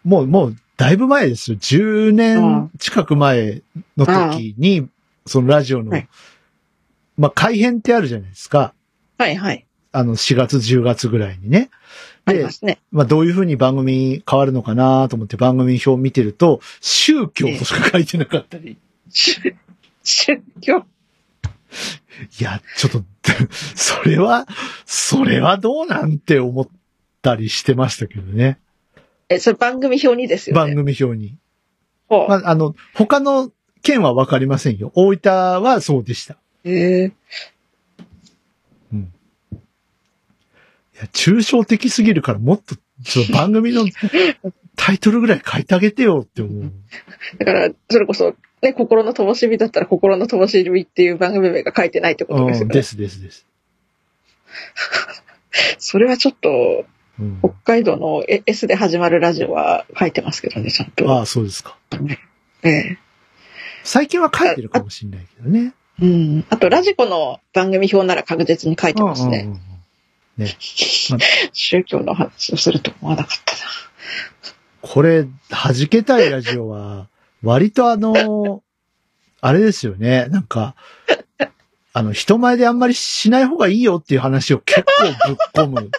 S2: もう、もう、だいぶ前ですよ。10年近く前の時に、そのラジオの、
S3: はい
S2: まあ、改編ってあるじゃないですか。
S3: はいはい。
S2: あの、4月、10月ぐらいにね。
S3: あり
S2: で
S3: ま、すね。
S2: まあ、どういうふうに番組変わるのかなと思って番組表を見てると、宗教としか書いてなかったり。
S3: 宗宗教。
S2: いや、ちょっと、それは、それはどうなんて思ったりしてましたけどね。
S3: え、それ番組表にですよ
S2: 番
S3: ね。
S2: 組表に。
S3: ほう
S2: まあ、あの、他の県はわかりませんよ。大分はそうでした。
S3: へえ
S2: いや、抽象的すぎるからもっと、ちょっと番 組のタイトルぐらい書いてあげてよって思う。
S3: だから、それこそ、ね、心の灯火だったら、心の灯火っていう番組名が書いてないってことです
S2: う
S3: よ
S2: ん、
S3: ね
S2: で。すですです。
S3: それはちょっと、
S2: うん
S3: 北、海道の S で始まるラジオは書いてますけどね、ちゃんと。
S2: ああ、そうですか。
S3: ええ。
S2: 最近は書いてるかもしれないけどね。
S3: うん。あと、ラジコの番組表なら確実に書いてます
S2: う
S3: ね。
S2: んうんうん
S3: 宗教の話をすると思わなかったな。
S2: これ、弾けたいラジオは、割とあの、あれですよね。なんか、あの、人前であんまりしない方がいいよっていう話を結構ぶっ込む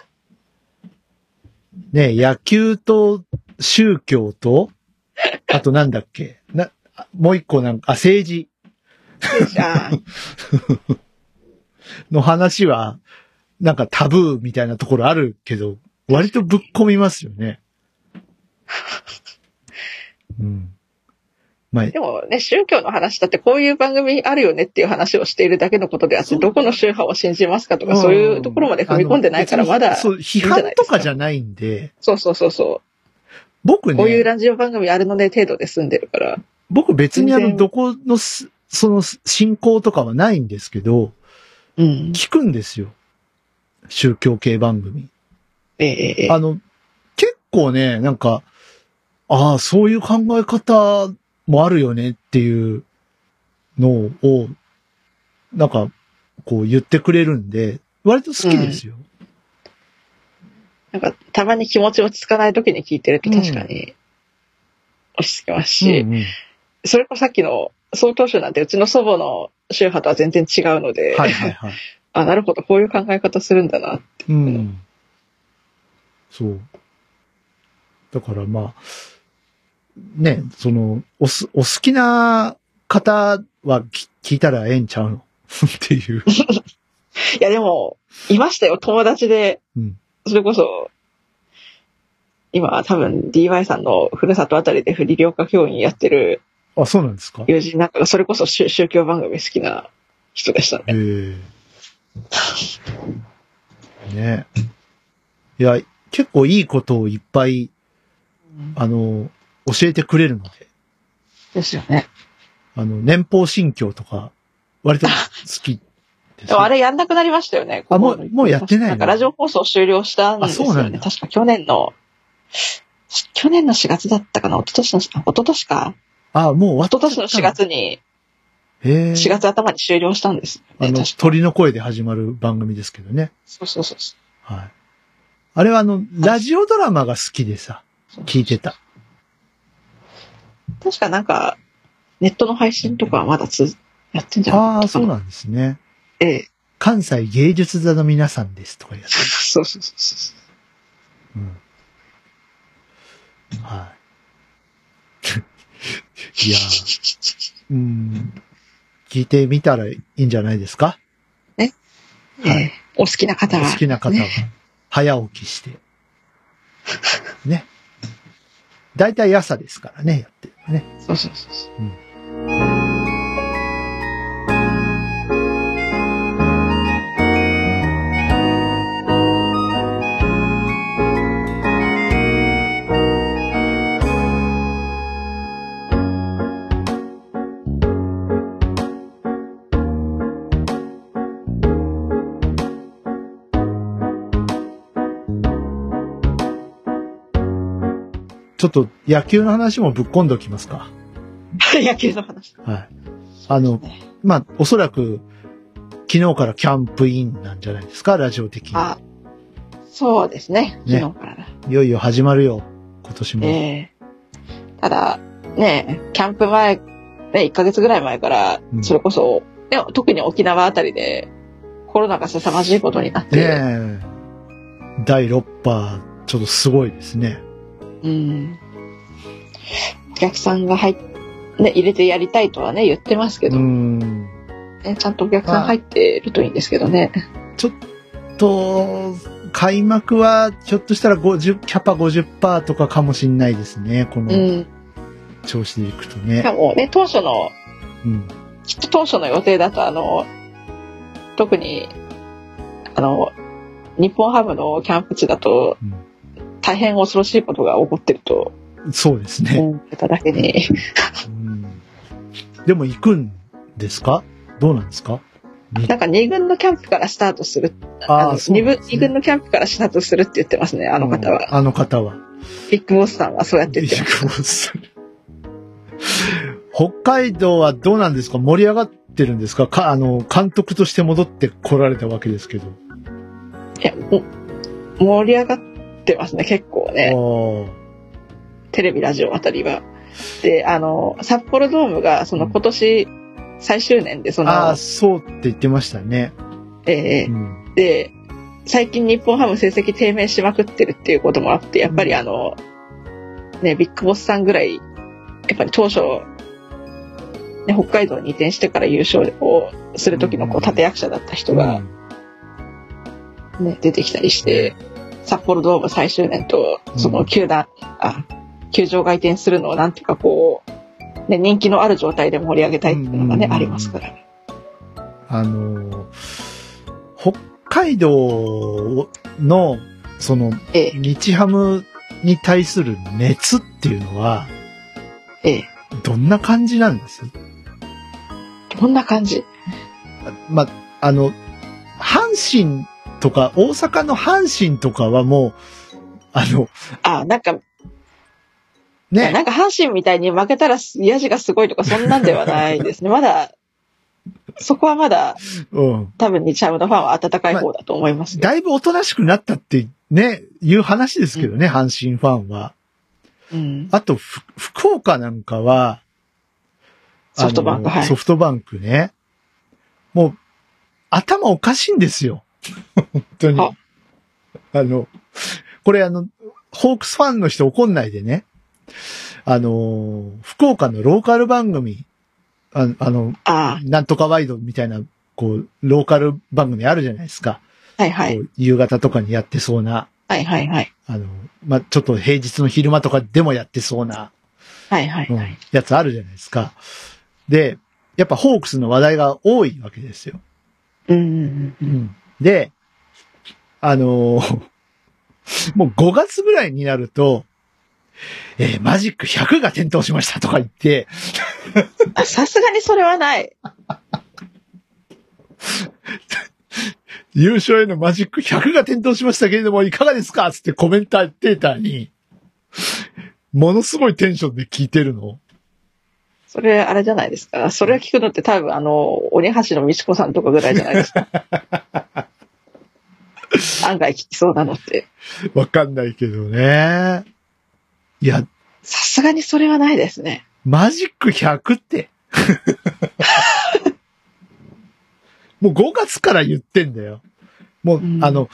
S2: ね、野球と宗教と、あとなんだっけ、な、あもう一個なんか、あ、政治
S3: あー
S2: の話は、なんかタブーみたいなところあるけど、割とぶっ込みますよね。うん。まあ、
S3: でもね、宗教の話だってこういう番組あるよねっていう話をしているだけのことであって、どこの宗派を信じますかとか、そういうところまで踏み込んでないから、
S2: あの
S3: まだ、
S2: そう、批判とかじゃないんで、
S3: そうそうそうそ
S2: 僕
S3: う、こういう
S2: ね、
S3: ラジオ番組あるのね程度で済んでるから。
S2: 僕別にあ
S3: 全
S2: の、
S3: 然
S2: どこのす、その信仰とかはないんですけど、
S3: うん。
S2: 聞くんですよ。宗教系番組。
S3: ええ
S2: あの、結構ね、なんか、ああ、そういう考え方もあるよねっていうのを、なんか、こう言ってくれるんで、割と好きですよ。
S3: なんか、たまに気持ち落ち着かない時に聞いてると確かに、落ち着きますし、
S2: うんうん
S3: それこそさっきの総統宗なんて、うちの祖母の宗派とは全然違うので、
S2: はいはいはい。
S3: あ、なるほど、こういう考え方するんだな。
S2: うん。そう。だからまあ、ね、その、おす、お好きな方はき聞いたらええんちゃうの っていう。
S3: いや、でも、いましたよ、友達で。
S2: うん
S3: それこそ、今、多分 DY さんのふるさとあたりで不利療科教員やってる
S2: あ、そうなんですかえ
S3: 友人なんかが、それこそ宗宗教番組好きな人でしたね。
S2: えねいや、結構いいことをいっぱい、あの、教えてくれるので、
S3: ですよね。
S2: あの、年俸信教とか、割と好きです、
S3: でもあれやんなくなりましたよね。
S2: あもうもうやってないの
S3: なんかラジオ放送終了したんです
S2: あそう
S3: よ
S2: なんだ
S3: ね。確か去年の、去年の4月だったかな、一昨年の、あ一昨年か。
S2: あ、もう
S3: 一昨
S2: 終わっちゃ
S3: 年の
S2: った
S3: 4。月に、
S2: ええ
S3: 4月頭に終了したんです、
S2: あ
S3: ね。
S2: の、
S3: 確か
S2: 鳥の声で始まる番組ですけどね。
S3: そうそうそうそ
S2: はい。あれはあの、ラジオドラマが好きでさ、
S3: う。
S2: 聞いてた。
S3: 確かなんか、ネットの配信とかはまだつ、やってんじゃ
S2: あ
S3: な
S2: あ、
S3: い
S2: そう
S3: な
S2: なんですね。
S3: ええ。
S2: 関西芸術座の皆さんですとかやつ。
S3: そうそうそうそ
S2: うん。 はい。いやー、うん。聞いてみたらいいんじゃないですか
S3: う。
S2: はい
S3: ええお好きな
S2: お
S3: 方は。
S2: 好きな方は、早起きして。ね。大体朝ですからね、やってるのね。
S3: そうそうそうそう。
S2: ちょっと野球の話もぶっ込んでおきますか。
S3: 野球の話。
S2: はい。あの、まあ、おそらく、昨日からキャンプインなんじゃないですか、ラジオ的に。
S3: あ、そうですね。
S2: ね
S3: 昨日からだ。
S2: いよいよ始まるよ、今年も。
S3: ええただ、ねえ、キャンプ前、ね、1ヶ月ぐらい前から
S2: う、ん
S3: それこそ、ね、特に沖縄あたりで、コロナが凄まじいことになって、
S2: ねえ。第6波、ちょっとすごいですね。
S3: うん。お客さんが入っね、入れてやりたいとはね、言ってますけ
S2: う
S3: ど、
S2: ん。
S3: ね、ちゃんとお客さん入ってるといいんですけどね。
S2: と、開幕は、ひょっとしたら50、キャパ50%とかかもしんないですね、こ
S3: う
S2: の
S3: ん。
S2: 調子でいくと
S3: し
S2: ね。
S3: かもね、当初の、
S2: うん。
S3: きっと当初の予定だと、あの、特に、あの、日本ハムのキャンプ地だと、大変恐ろしいことが起こってると
S2: うんそうですね。
S3: 思ってただけに、
S2: うんでも行くんですかどうなんですか
S3: なんか2軍のキャンプからスタートする、
S2: あ
S3: あの
S2: そう
S3: 二
S2: なん
S3: 軍
S2: ですね
S3: 二軍のキャンプからスタートするって言ってますね、あの方は。
S2: うんあの方は。
S3: ビッグボスさんはそうやって言ってます。
S2: 北海道はどうなんですか盛り上がってるんですかか、あの、監督として戻って来られたわけですけど。
S3: いや、も盛り上がってますね、結構ね。
S2: あ
S3: テレビ、ラジオあたりは。で、あの、札幌ドームが、その今年最終年で、そ
S2: あああ、
S3: の、
S2: そうって言ってましたね。
S3: え
S2: うん
S3: ーで、最近日本ハム成績低迷しまくってるっていうこともあって、やっぱりあの、ね、ビッグボスさんぐらい、やっぱり当初、ね、北海道に移転してから優勝をする時のこ
S2: う
S3: うん立役者だった人
S2: う
S3: が、
S2: ん
S3: ね、出てきたりして、札幌ドーム最終年と、そうの
S2: ん
S3: 球団、あ、球場が移転するのをなんていうかこう、ね、人気のある状態で盛り上げたいっていうのがね、
S2: うん
S3: ありますから。
S2: あのー、北海道の、その、
S3: ええ、
S2: 日ハムに対する熱っていうのは、
S3: ええ。
S2: どんな感じなんです
S3: どんな感じ
S2: あま、あの、阪神とか、大阪の阪神とかはもう、あの、
S3: あ、なんか、
S2: ね、
S3: なんか阪神みたいに負けたら癒しがすごいとかそんなんではないですね。まだ、そこはまだ
S2: うん。
S3: 多分日ハムのファンは温かい方だと思いますよ、
S2: だいぶおとなしくなったって、ね、いう話ですけどね、阪神ファンは。
S3: うん。
S2: あと、ふ福岡なんかは、あ
S3: ソ
S2: の
S3: フトバンク、はい
S2: ソ。フトバンクね。もう、頭おかしいんですよ。本当に
S3: あ。
S2: あの、これあの、ホークスファンの人怒んないでね。あの、福岡のローカル番組、ああの、
S3: あ
S2: なんとかワイドみたいな、こう、ローカル番組あるじゃないですか。
S3: あ、はいはい
S2: こ。う夕方とかにやってそうな、
S3: はいはいはい。
S2: あの、まあ、ちょっと平日の昼間とかでもやってそうな、
S3: はいはいうはい
S2: ん。やつあるじゃないですか。で、やっぱホークスの話題が多いわけですよ。
S3: うんうんうん。
S2: で、あのー もう5月ぐらいになると、えーマジック100が点灯しましたとか言って、
S3: あさすがにそれはない。
S2: 優勝へのマジック100が点灯しましたけれども、いかがですかつってコメンターテーターに、ものすごいテンションで聞いてるの。
S3: それ、あれじゃないですか。それ聞くのって多分、あの、鬼橋の美智子さんとかぐらいじゃないです か。案外聞きそうなのって。
S2: わかんないけどね。いや、
S3: さすがにそれはないですね。
S2: マジック100って。 もう5月から言ってんだよ。もう、
S3: うん
S2: あの、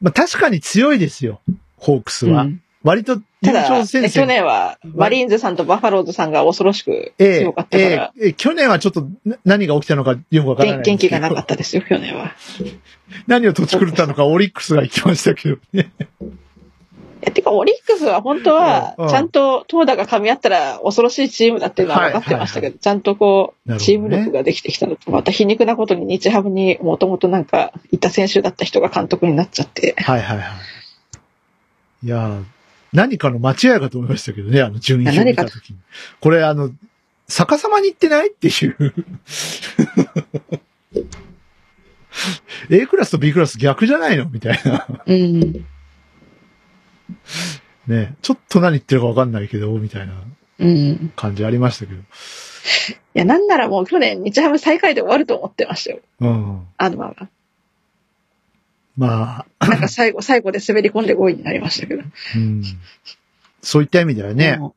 S2: まあ、確かに強いですよ。ホークスは。
S3: うん
S2: 割と優
S3: ただ、
S2: 勝
S3: ね
S2: 戦
S3: 去
S2: 線。
S3: 年はマリーンズさんとバファローズさんが恐ろしく
S2: ええ
S3: 強かったか
S2: え
S3: ら、
S2: えええ去年はちょっとな何が起きたのかよくわからない
S3: 元
S2: んです
S3: 元
S2: け
S3: 気
S2: ど
S3: がなかったですよ、去年は。
S2: 何を土地狂ったのかオリックスが行きましたけどね。
S3: えてか、オリックスは本当は
S2: うんう、ん
S3: ちゃんと投打が噛み合ったら恐ろしいチームだっていうのは分かってました
S2: はいは
S3: け
S2: い
S3: ど、ちゃんとこ
S2: なるほど
S3: う、
S2: ね
S3: チーム力ができてきたのと、また皮肉なことに日ハムにもともとなんか、いた選手だった人が監督になっちゃって、
S2: はいはいはい。いやー何かの間違いかと思いましたけどね、あの順位表見た時に。これあの、逆さまに行ってないっていう。A クラスと B クラス逆じゃないのみたいな。
S3: うん、
S2: ね。ちょっと何言ってるかわかんないけど、みたいな
S3: うん。
S2: 感じありましたけど。
S3: いや、なんならもう去年、日ハム最下位で終わると思ってましたよ、
S2: うん。
S3: アドマンが。
S2: まあ、
S3: なんか最後、最後で滑り込んで5位になりましたけど。
S2: うん。そういった意味ではね、
S3: うん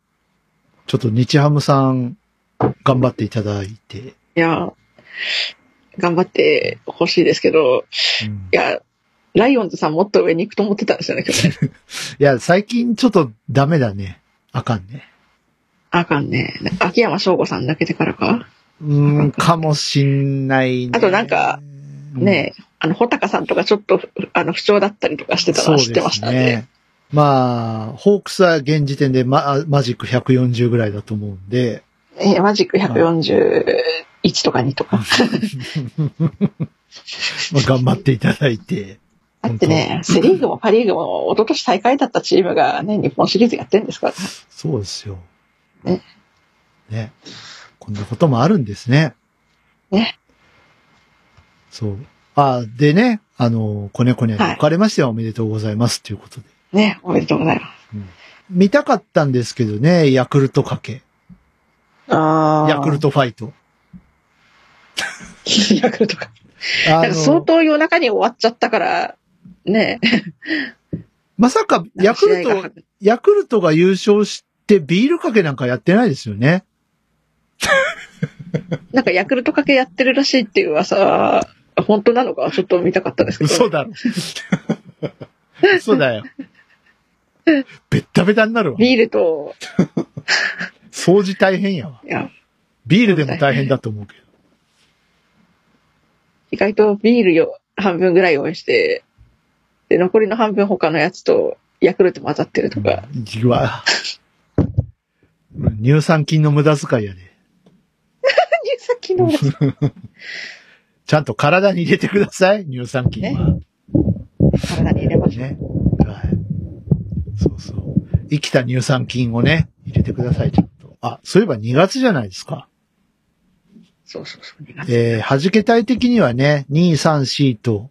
S2: ちょっと日ハムさん頑張っていただいて。
S3: いや、頑張ってほしいですけど、
S2: うん
S3: いや、ライオンズさんもっと上に行くと思ってたんですよね、去 年。
S2: いや、最近ちょっとダメだね。あかんね。
S3: あかんね。秋山翔吾さんだけでからか。
S2: うーん、かもしんないね。
S3: あとなんか、ねえ、あの、穂高さんとかちょっと、あの、不調だったりとかしてたの
S2: そう
S3: は
S2: で
S3: 知ってまし
S2: す
S3: たね。
S2: ね。まあ、ホークスは現時点でママジック140ぐらいだと思うんで、
S3: えーマジック141とか2とか。
S2: まあ、頑張っていただいて。
S3: だってね、セリーグもパリーグも一昨年大会だったチームがね、日本シリーズやってんですから。
S2: そうですよ。
S3: ね。
S2: ね。こんなこともあるんですね。
S3: ね。
S2: そう。あ、でね、あの、コネコネにおかれましてはおめでとうございますということで。
S3: ね、おめでとうございます。
S2: 見たかったんですけどね、ヤクルトかけ。
S3: あ
S2: ヤクルト
S3: ト。
S2: ファイト。
S3: ヤクルトか。
S2: あ
S3: なんか相当夜中に終わっちゃったから、ね
S2: まさか、
S3: え。
S2: ヤクル
S3: 試合
S2: ト
S3: が、
S2: ヤクルトが優勝してビールかけなんかやってないですよね。
S3: なんかヤクルトかけやってるらしいっていう噂は、本当なのかはちょっと見たかったですけど。
S2: 嘘だろ。 そうだよ。べったべたになるわ。
S3: ビールと、
S2: 掃除大変やわ。
S3: いや、
S2: ビールでも大変だと思うけど。
S3: 意外とビールよ、半分ぐらい用意して、で、残りの半分他のやつと、ヤクルト混ざってるとか、
S2: うわ。乳酸菌の無駄遣いやで。
S3: 何さっきのやつ
S2: ちゃんと体に入れてください、乳酸菌は。
S3: 体に入れましょう。
S2: ね。はい。そうそう。生きた乳酸菌をね、入れてください、ちゃんと。あ、そういえば2月じゃないですか。
S3: そうそうそう、2月。
S2: えー、はじけたい的にはね、2、3、4と、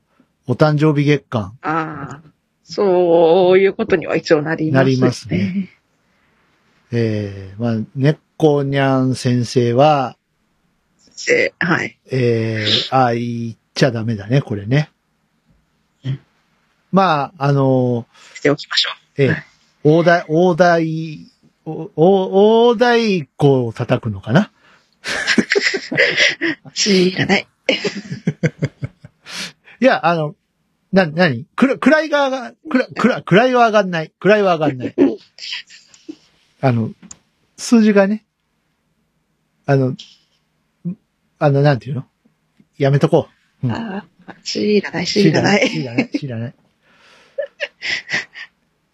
S2: お誕生日月間。
S3: ああ、そういうことには一応なります、
S2: なりますね。えー、まあ、ねっこにゃん先生は、
S3: で、はい。
S2: えー、あ、言っちゃダメだね、これね
S3: うん。
S2: まあ、あの
S3: しておきましょ
S2: ー、え
S3: は
S2: ー、大台、大台、おお大台一個を叩くのかな
S3: う。知らない。
S2: いや、あの、な、なにくら、位が上が、くら、くら、位は上がんない。位は上がんない。あの、数字がね、あの、んあの、なんていうのやめとこう。うん
S3: ああ、知らない、知らない。
S2: 知らない、知らない。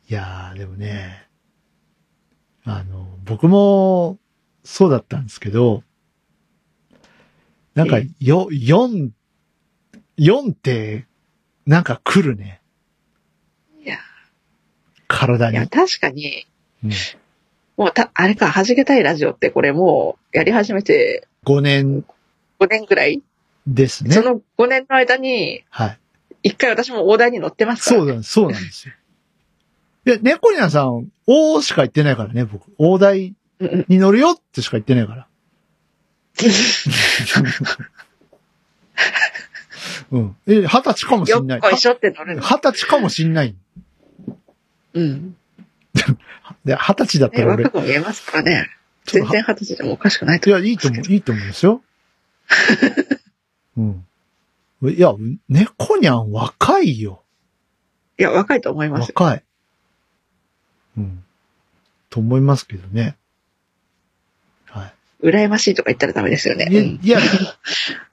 S2: いやー、でもね、あの、僕も、そうだったんですけど、なんか、
S3: え
S2: よ、4、4って、なんか来るね。
S3: いや、
S2: 体
S3: い
S2: に
S3: や、。確かに、
S2: うん
S3: もうた、あれか、弾けたいラジオってこれもう、やり始めて
S2: 5年
S3: 5年くらい、
S2: ですね
S3: そ。の5年の間に、
S2: はい。
S3: 一回私も大台に乗ってますから。
S2: そうなんそうなんですよ。いや、猫ニャンさん、大しか言ってないからね、僕。大台
S3: うんうん。
S2: に乗るよってしか言ってないから。 うん。え、二十歳かもし
S3: よ
S2: んない。
S3: っこいしょって乗 るの。
S2: 二十歳かもしんない。
S3: うん。
S2: で、二十歳だった
S3: ね、
S2: ら俺
S3: 若、く見えますからね。
S2: ちょ
S3: 全
S2: っと
S3: 然二十歳でもおかしくない
S2: い
S3: と
S2: や、
S3: 思
S2: いいと思う、いいと思うんですよ。うん。いや、猫にゃん若いよ。
S3: いや、若いと思いますよ。
S2: 若い。うん。と思いますけどね。は
S3: 羨ましいとか言ったらダメですよね。
S2: い。
S3: う
S2: いや、
S3: ん
S2: いや、い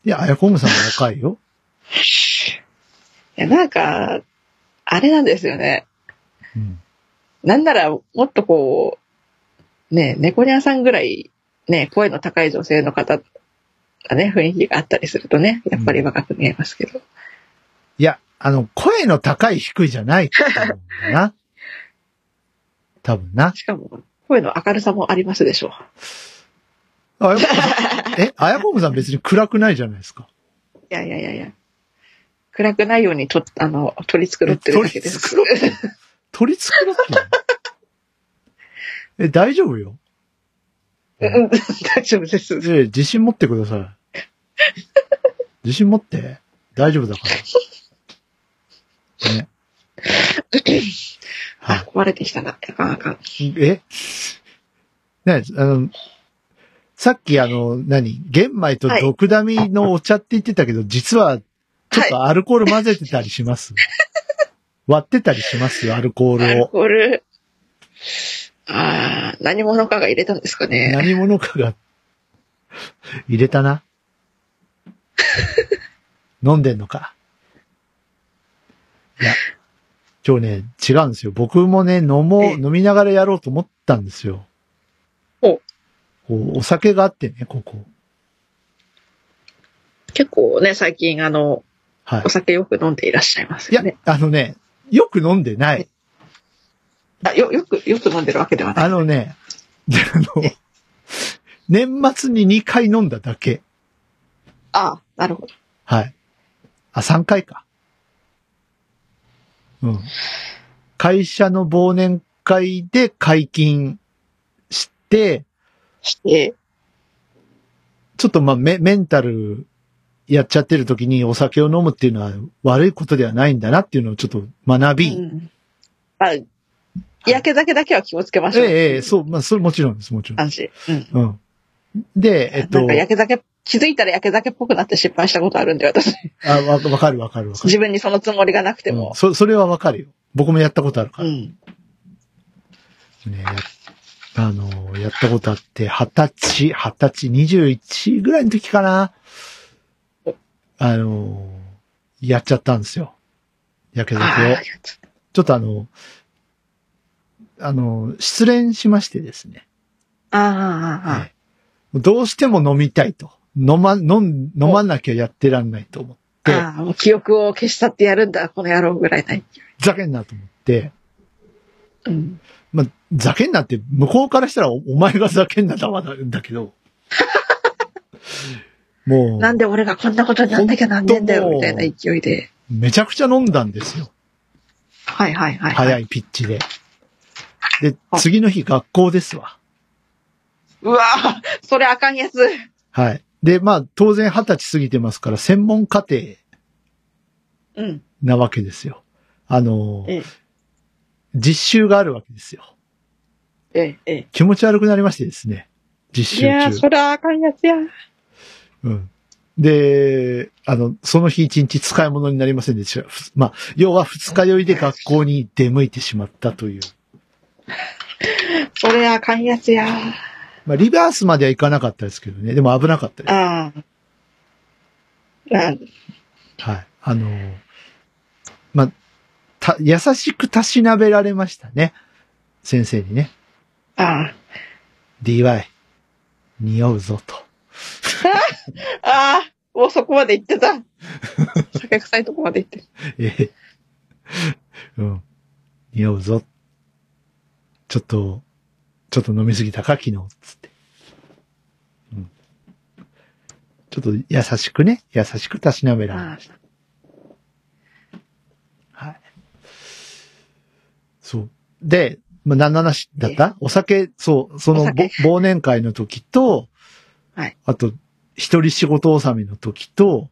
S2: や、あやこむさんも若いよ。
S3: いや、なんか、あれなんですよね。
S2: うん。
S3: なんなら、もっとこう、ね、猫ニャンさんぐらい、ね、声の高い女性の方がね、雰囲気があったりするとね、やっぱり若く見えますけど。
S2: いや、あの、声の高い低いじゃないと思うんだな。 多分な。
S3: しかも、声の明るさもありますでしょう。
S2: あやこむさん、 え、あやこむさん別に暗くないじゃないですか。
S3: いやいやいやいや。暗くないようにと、あの、取り繕ってるだけです。
S2: 取り繕ってる取り繕ってるえ、大丈夫よ。
S3: う
S2: る
S3: ん、 大丈夫です。
S2: え、自信持ってくだ さい。自信持って。大丈夫だから。ね。はい
S3: あ、。壊れてきたな。あかんあかん。
S2: えね、あの、さっきあの、何玄米と毒ダミのお茶って言ってたけど、実は、ちょっとアルコール混ぜてたりします。割ってたりしますよ、アルコ
S3: ア
S2: ール
S3: ル
S2: を。
S3: コール。ああ、何者かが入れたんですかね。
S2: 何者かが、入れた な。飲んでんのか。いや、今日ね、違うんですよ。僕もね、飲もう、
S3: ええ
S2: 飲みながらやろうと思ったんですよ。
S3: お
S2: こうお酒があってね、ここ。
S3: 結構ね、最近あの、
S2: はい
S3: お。酒よく飲んでいらっしゃいます
S2: いや
S3: よね。、
S2: あのね、よく飲んでない。
S3: あよ、よく、よく飲んでるわけではない。
S2: あのね、 あの、年末に2回飲んだだけ。
S3: ああ、なるほど。
S2: はい。あ、3回か。うん。会社の忘年会で解禁して、
S3: して、
S2: ちょっとまあメ、メンタルやっちゃってる時にお酒を飲むっていうのは悪いことではないんだなっていうのをちょっと学び、
S3: うん。あ、焼け酒だけは気をつけましょう。
S2: ええええ、そう、まあ、それもちろんです、もちろん。
S3: 感じ。うん。
S2: うん。で、えっと
S3: なん、か焼け酒っ気づいたら焼け酒っぽくなって失敗したことあるんで、私。
S2: あ、わわかるわかるわかる。
S3: 自分にそのつもりがなくて
S2: うん
S3: も。
S2: そ、それはわかるよ。僕もやったことあるか
S3: う
S2: ら。
S3: ん。
S2: ね、やあの、やったことあって、二十歳、二十歳、二十一ぐらいの時かな。あの、やっちゃったんですよ。やけ
S3: あ
S2: ど
S3: あ、あり
S2: を
S3: が。
S2: ちょっとあの、あの、失恋しましてですね。
S3: ああ、ああ、ああ
S2: ええどうしても飲みたいと。飲ま、飲ん、飲まなきゃやってらんないと思って、
S3: ああ、もう記憶を消し去ってやるんだ、この野郎ぐらいない。
S2: ざけんなと思って、
S3: うん。
S2: まあ、ざけんなって、向こうからしたらおお前がざけんなだわなんだけ ど、も
S3: なんで俺がこんなことになんなきゃなんねんだよ、
S2: ほん
S3: み
S2: と
S3: た
S2: もう
S3: いな勢いで。
S2: う、めちゃくちゃ飲んだんですよ。
S3: はいはいはい。
S2: 早
S3: い。
S2: いピッチで。で、
S3: あ
S2: 次の日学校ですわ。
S3: うわあそれあかんやつ。
S2: はい。で、まあ、当然二十歳過ぎてますから、専門課程
S3: うん。
S2: なわけですよ。あの、
S3: ええ、
S2: 実習があるわけですよ。
S3: ええ、ええ。
S2: 気持ち悪くなりましてですね。実
S3: い
S2: 習
S3: やー
S2: 中。
S3: それはあかんやつや。
S2: うん。で、あの、その日一日使い物になりませんでした。ふまあ、要は二日酔いで学校に出向いてしまったという。
S3: それあかんやつや。
S2: まあ、リバースまではいかなかったですけどね。でも危なかったで
S3: ああ。あ
S2: す。はい。あの、まあ、た、優しくたしなべられましたね。先生にね。
S3: あ。
S2: DY、匂うぞと。
S3: ああ。もうそこまで行って た。酒臭いとこまで行ってる。
S2: え え。うん。匂うぞ。ちょっと、ちょっと飲みすぎたか、昨日、つって。うん。ちょっと優しくね、優しくたしなめられ
S3: あ
S2: ました。はい。そう。で、まあ、何の話だったお酒、そう、その
S3: お
S2: ぼ
S3: 酒
S2: 忘年会の時と、
S3: はい
S2: あと、一人仕事納めの時と、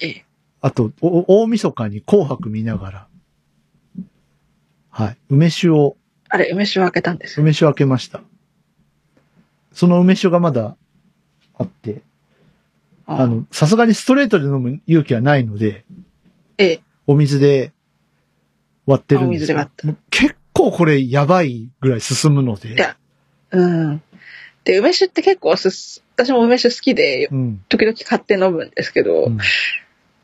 S3: ええ。
S2: あと、お大晦日に紅白見ながら、はい、梅酒を、
S3: あれ、梅酒を開けたんですよ。
S2: 梅酒を開けました。その梅酒がまだあって、あの、さすがにストレートで飲む勇気はないので、
S3: ええ。
S2: お水で割ってるんですけど
S3: あお水で割った
S2: もう結構これやばいぐらい進むので、
S3: やうん。で、梅酒って結構すす、私も梅酒好きで、
S2: うん、
S3: 時々買って飲むんですけど、
S2: うん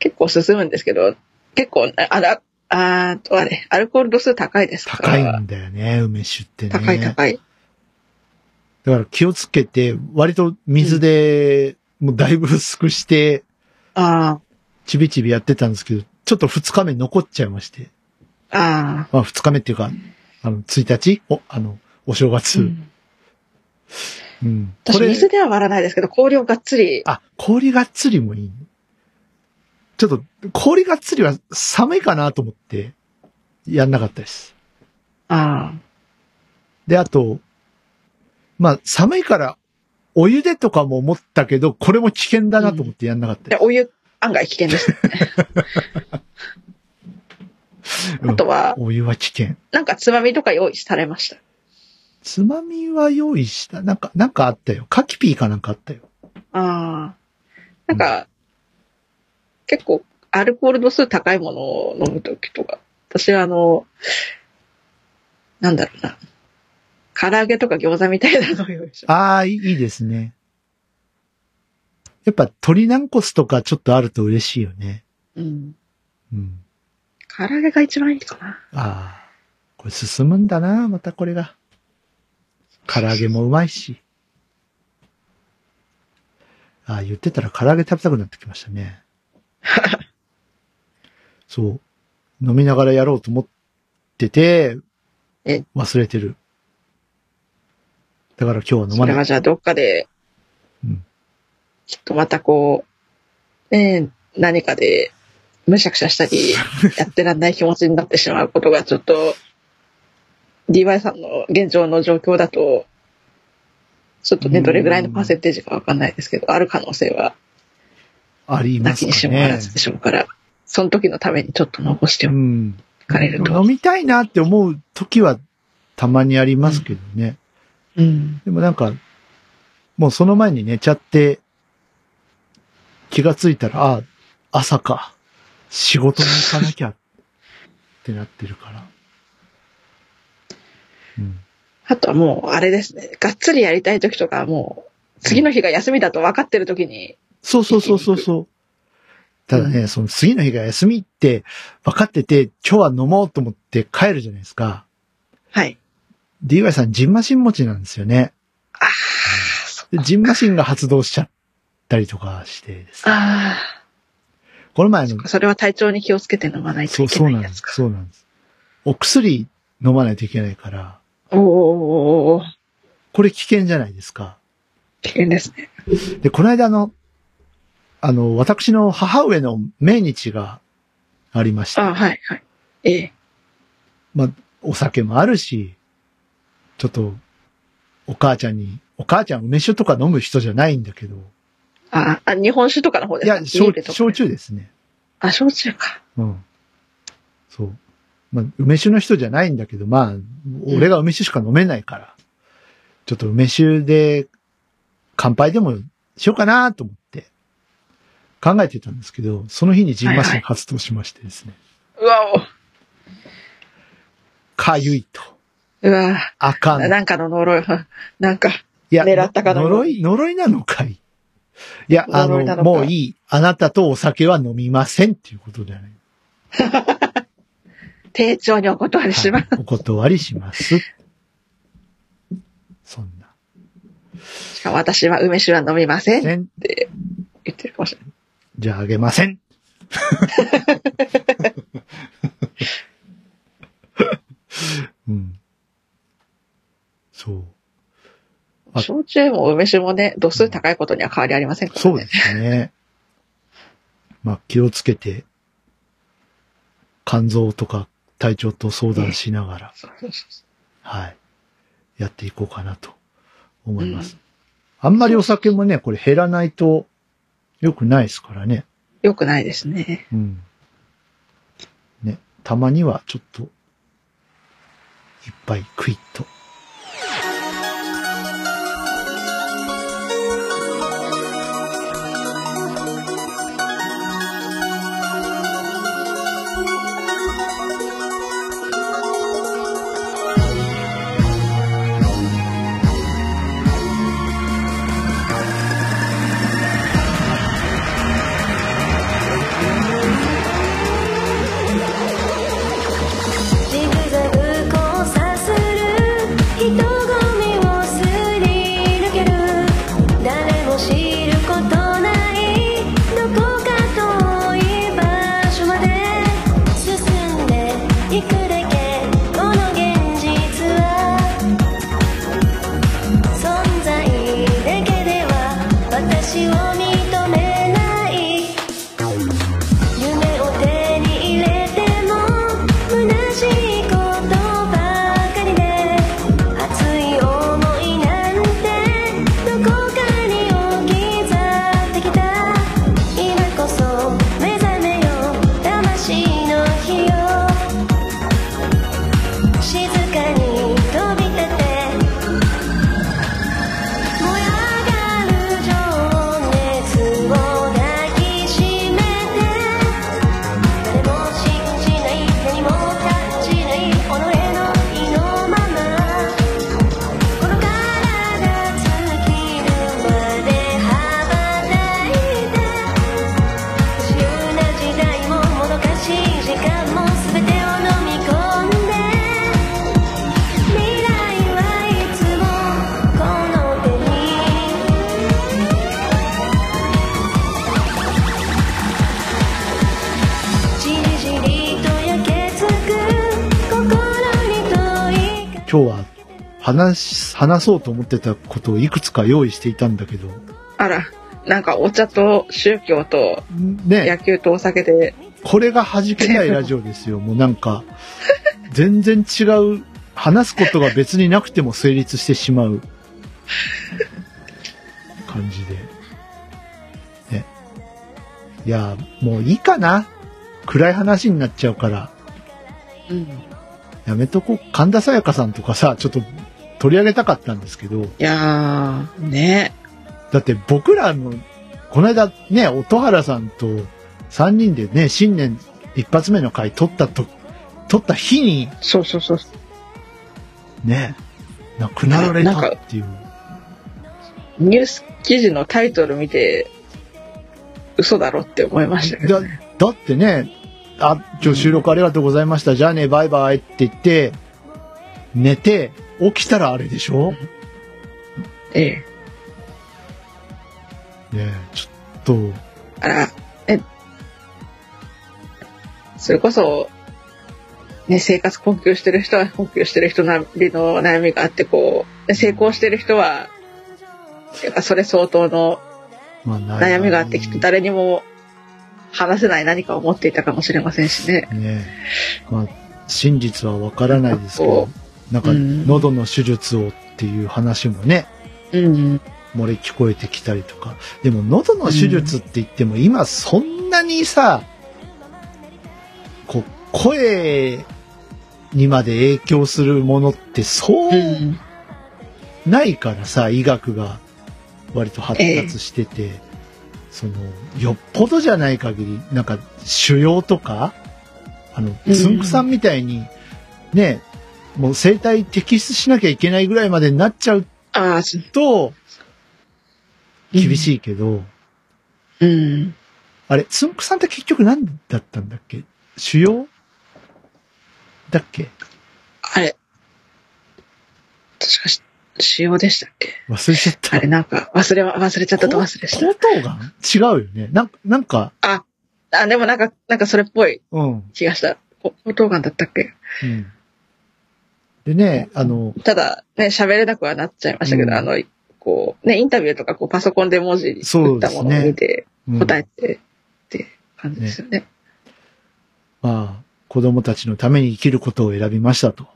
S3: 結構進むんですけど、結構、ああら、あーとあれ、アルコール度数高いですから。
S2: 高いんだよね、梅酒ってね。
S3: 高い高い。
S2: だから気をつけて、割と水で、もうだいぶ薄くして、
S3: あ
S2: ちびちびやってたんですけど、ちょっと二日目残っちゃいまして。
S3: あ、あ
S2: まあ二日目っていうか、あの、一日お、あの、お正
S3: あ。う
S2: 月。うん。
S3: ん私、
S2: これ
S3: 水では割らないですけど、氷をがっつり、
S2: あ、氷がっつりもいい。ちょっと、氷がっつりは寒いかなと思って、やんなかったです。
S3: ああ、
S2: で、あと、まあ寒いから、お湯でとかも思ったけど、これも危険だなと思ってやんなかった
S3: で
S2: です。
S3: お湯、案外危険です。
S2: うん
S3: あとは、
S2: お湯は危険。
S3: なんかつまみとか用意されました。
S2: つまみは用意した。なんか、なんかあったよ。カキピーかなんかあったよ。
S3: ああ。なんか、結構、アルコール度数高いものを飲むときとか、私はあの、なんだろうな。唐揚げとか餃子みたいなのを用意しま
S2: ああ、いいいいですね。やっぱ鳥軟骨とかちょっとあると嬉しいよね。
S3: うん。
S2: うん。
S3: 唐揚げが一番いいかな。
S2: ああ。これ進むんだな、またこれが。唐揚げもうまいし。ああ、言ってたら唐揚げ食べたくなってきました ね。そう。飲みながらやろうと思ってて
S3: え、
S2: 忘れてる。だから今日は飲
S3: そ
S2: ま
S3: れ
S2: な。
S3: はいじゃあどっかで、
S2: うん
S3: きっとまたこう、えー何かで、むしゃくし ゃしたり、やってらんない気持ちになってしまうことがちょっと、DY さんの現状の状況だと、ちょっと
S2: う
S3: ね、
S2: ん
S3: どれぐらいのパーセンテージかわかんないですけど、ある可能性は、
S2: あり
S3: な
S2: ま
S3: き
S2: す
S3: にし
S2: か
S3: もあ
S2: ね
S3: ら。ずでしょうから、その時のためにちょっと残して
S2: う
S3: お
S2: ん。
S3: かれる
S2: 飲
S3: と。
S2: みたいなって思う時はたまにありますけどね。
S3: うん。
S2: でもなんか、もうその前に寝ちゃって、気がついたら、あ、朝か。仕事に行かなきゃってなってるから。うん。
S3: あとはもう、あれですね。がっつりやりたい時とか、もう、次の日が休みだと分かってる時に、
S2: そうそうそうそうそう。ただね、その次の日が休みって分かってて、今日は飲もうと思って帰るじゃないですか。
S3: はい。
S2: DY さん、ジンマシン持ちなんですよね。
S3: ああ、そ
S2: で、ジンマシンが発動しちゃったりとかしてですね。
S3: あ
S2: この前の
S3: あ、それは体調に気をつけて飲まないと
S2: そう、
S3: いけ
S2: そう
S3: な
S2: ないんで
S3: やつ
S2: す。
S3: か。
S2: そうなんです。お薬飲まないといけないから、
S3: おーおーおーおー
S2: これ危険じゃないですか。
S3: 危険ですね。
S2: で、この間あの、あの、私の母上の命日がありまし
S3: あ
S2: た。
S3: あ、はい、はい。ええ。
S2: お酒もあるし、ちょっと、お母ちゃんに、お母ちゃん梅酒とか飲む人じゃないんだけど、
S3: ああ、日本酒とかの方で
S2: い
S3: すか
S2: や、
S3: ビー
S2: 焼
S3: ルとか
S2: 焼酎ですね。
S3: あ、焼酎か。
S2: うん。そう。まあ、梅酒の人じゃないんだけど、まあ、俺が梅酒しか飲めないから、ちょっと梅酒で乾杯でもしようかなと思って考えてたんですけど、その日にジンマシン発動しましてですね、
S3: うわ
S2: かゆいと、
S3: お。うわ
S2: あかん。
S3: なんかの呪い。 なんか、
S2: いや、
S3: 狙ったかのよう
S2: 呪い、呪いなのかいいや、あ
S3: 呪いな
S2: の、
S3: のか
S2: もういい。あなたとお酒は飲みませんっていうことじゃない。
S3: 丁重にお断りします。
S2: はいお断りします。そんな。
S3: しかも私は梅酒は飲みません。
S2: せん
S3: 言ってるかもしれない。
S2: じゃああげません。うん。そう。あ
S3: 焼酎も梅酒もね、度数高いことには変わりありませんからね。
S2: そうですね。まあ気をつけて、肝臓とか体調と相談しながら、
S3: そうそうそうそう
S2: はい。やっていこうかなと思います。あんまりお酒もね、これ減らないと良くないですからね。
S3: よくないですね。
S2: うん。ね、たまにはちょっと、いっぱいクイッと。
S4: ジグザグ交差する人混みをすり抜ける誰も知ることないどこか遠い場所まで進んでいくだけこの現実は存在だけでは私を認めない「夢を手に入れても虚しいことばかりで」「熱い思いなんてどこかに置き去ってきた」「今こそ目覚めよ魂の火よ」「静かに飛び立て」「燃え上がる情熱を抱きしめて」「誰も信じない何も感じない己の意のまま」「この体尽きるまで羽ばたいて」「自由な時代ももどかしい時間も全てを飲み込んで」未来はいつもこの手にじりじりと焼けつく心に問いか
S2: 今日は話し、話そうと思ってたことをいくつか用意していたんだけど、
S3: あら、なんかお茶と宗教と野
S2: ね、
S3: 球とお酒で、
S2: これが弾けないラジオですよ。もうなんか、全然違う、話すことが別になくても成立してしまう感じで。ね。いや、もういいかな。暗い話になっちゃうから。
S3: うん、い
S2: やめとこう。神田沙也加さんとかさ、ちょっと取り上げたかったんですけど、
S3: やー、ね。
S2: だって僕らのこの間ね、音原さんと3人でね、新年一発目の回撮ったと、撮った日に
S3: そうそうそう。
S2: ね、亡くなられたっていう。
S3: ニュース記事のタイトル見て、嘘だろって思いましたけ
S2: だ
S3: ど、ね。
S2: だってね、あ、今日収録ありがとうございました。じゃあね、バイバイって言って、寝て、起きたらあれでしょね
S3: ええ。
S2: えちょっ
S3: あ、え、それこそ、ね、生活困窮してる人は困窮してる人なりの悩みがあって、こう、成功してる人は、やっぱそれ相当の
S2: と、まあ
S3: 悩みがあってきっと誰にも話せない何かを持っていたかもしれませんしね。
S2: ねえ、まあ、真実はわからないですけど
S3: そ、
S2: なんか、
S3: うん
S2: 喉の手術をっていう話もね、
S3: うん。。
S2: 漏れ聞こえてきたりとか。でも、喉の手術って言っても、今そんなにさ、こう、声にまで影響するものってそううんないからさ、医学が割と発達してて、その、よっぽどじゃない限り、なんか、腫瘍とか、あの、
S3: うん
S2: つんくさんみたいに、ね、もう生体摘出しなきゃいけないぐらいまでになっちゃう
S3: ああ、そ
S2: と、厳しいけど、
S3: うん。
S2: あれ、つんくさんって結局何だったんだっけ腫瘍だっけ
S3: あれ。確かし、腫瘍でしたっけ
S2: 忘れちゃった。
S3: あれ、なんか、忘れは、忘れちゃったと忘れし
S2: 喉頭がん違うよね。なんか、なんか、
S3: た。あ、でもなんか、なんかそれっぽい
S2: うん。
S3: 気がした。こ喉頭がんだったっけ
S2: うんでね、あの、
S3: ただ、ね、喋れなくはなっちゃいましたけ
S2: う
S3: ど、
S2: ん
S3: あの、こう、ね、インタビューとか、こう、パソコンで文字打ったものを見て、
S2: うん
S3: 答えて、って感じですよね。
S2: まあ、子供たちのために生きることを選びましたと。こ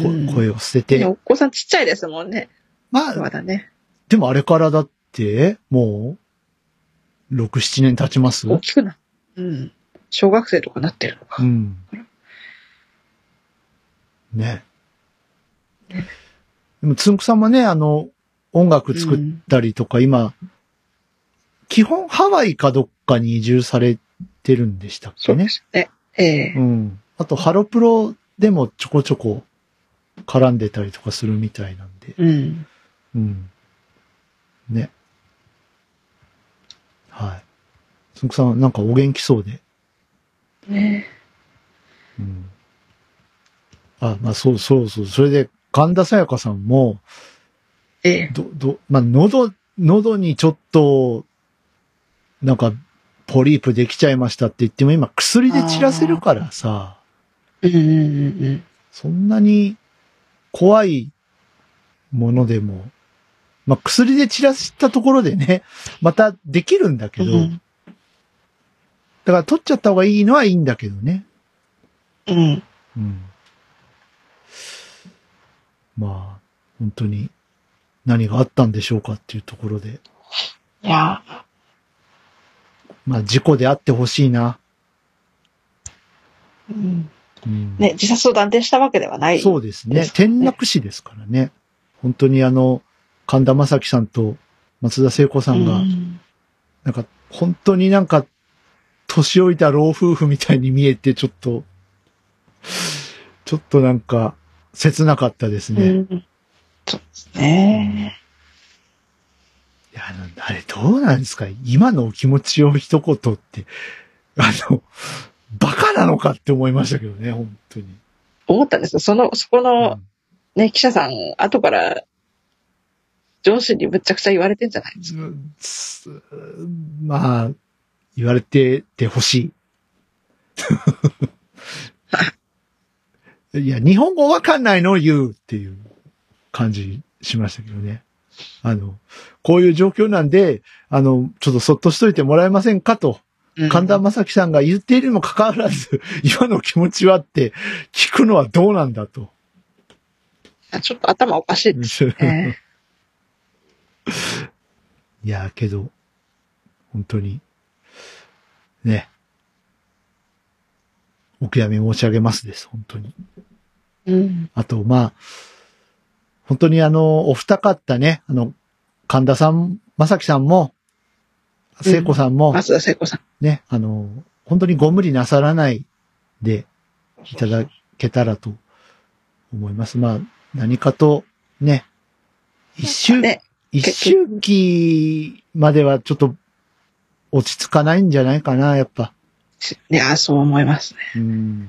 S3: うん
S2: 声を捨てて。
S3: ねお子さんちっちゃいですもんね。
S2: ま
S3: ま
S2: あ、
S3: だね。
S2: でもあれからだって、もう、6、7年経ちます
S3: 大きくな。うん。小学生とかなってるのか。
S2: うん。ね。でも、つんくさんもね、あの、音楽作ったりとか、今、基本ハワイかどっかに移住されてるんでしたっ
S3: そ
S2: け
S3: う
S2: ね
S3: で。すね。ええ
S2: うん。あと、ハロプロでもちょこちょこ絡んでたりとかするみたいなんで。
S3: うん。
S2: うん。ね。はい。つんくさん、なんかお元気そうで。
S3: ね
S2: うん。あ、まあ、そうそうそう。それで、神田沙也加さんも、
S3: ええ
S2: ど、ど、まあ、喉、喉にちょっと、なんか、ポリープできちゃいましたって言っても、今、薬で散らせるからさ、
S3: うんうんうんうん。
S2: そんなに怖いものでも、まあ、薬で散らしたところでね、 またできるんだけど、
S3: うん
S2: だから取っちゃった方がいいのはいいんだけどね。
S3: うん。
S2: うんまあ、本当に何があったんでしょうかっていうところで、
S3: いやー、
S2: まあ事故であってほしいな。
S3: うん
S2: うん
S3: ね、自殺を断定したわけではない。
S2: そうですね
S3: です。ね
S2: 転落死ですからね。本当にあの、神田正輝さんと松田聖子さ
S3: うん
S2: が、
S3: ん
S2: なんか本当になんか年老いた老夫婦みたいに見えてちょっと、ちょっとなんか切なかったですね。
S3: うんそうですね。
S2: いや、あのあれどうなんですか今のお気持ちを一言って、あの、バカなのかって思いましたけどね、本当に。
S3: 思ったんですよ。その、そこの、ね、記者さん、後から、上司にむっちゃくちゃ言われてんじゃないですか。
S2: うんすまあ、言われててほしい。いや、日本語わかんないのを言うっていう感じしましたけどね。あの、こういう状況なんで、あの、ちょっとそっとしといてもらえませんかと。
S3: うん
S2: 神田正輝さんが言っているにもかかわらず、今の気持ちはって聞くのはどうなんだと。
S3: あちょっと頭おかしいですね。
S2: いやーけど、本当に、ね。お悔やみ申し上げますです、本当に。
S3: うん。
S2: あと、まあ、本当にあの、お二方ね、あの、神田さん、正輝さんも、聖子さんも、
S3: 松田聖子さん。
S2: ね、あの、本当にご無理なさらないでいただけたらと思います。まあ、何かと、ね、一周、
S3: ね、
S2: 一周期まではちょっと落ち着かないんじゃないかな、やっぱ。
S3: いや、そう思いますね。
S2: うん。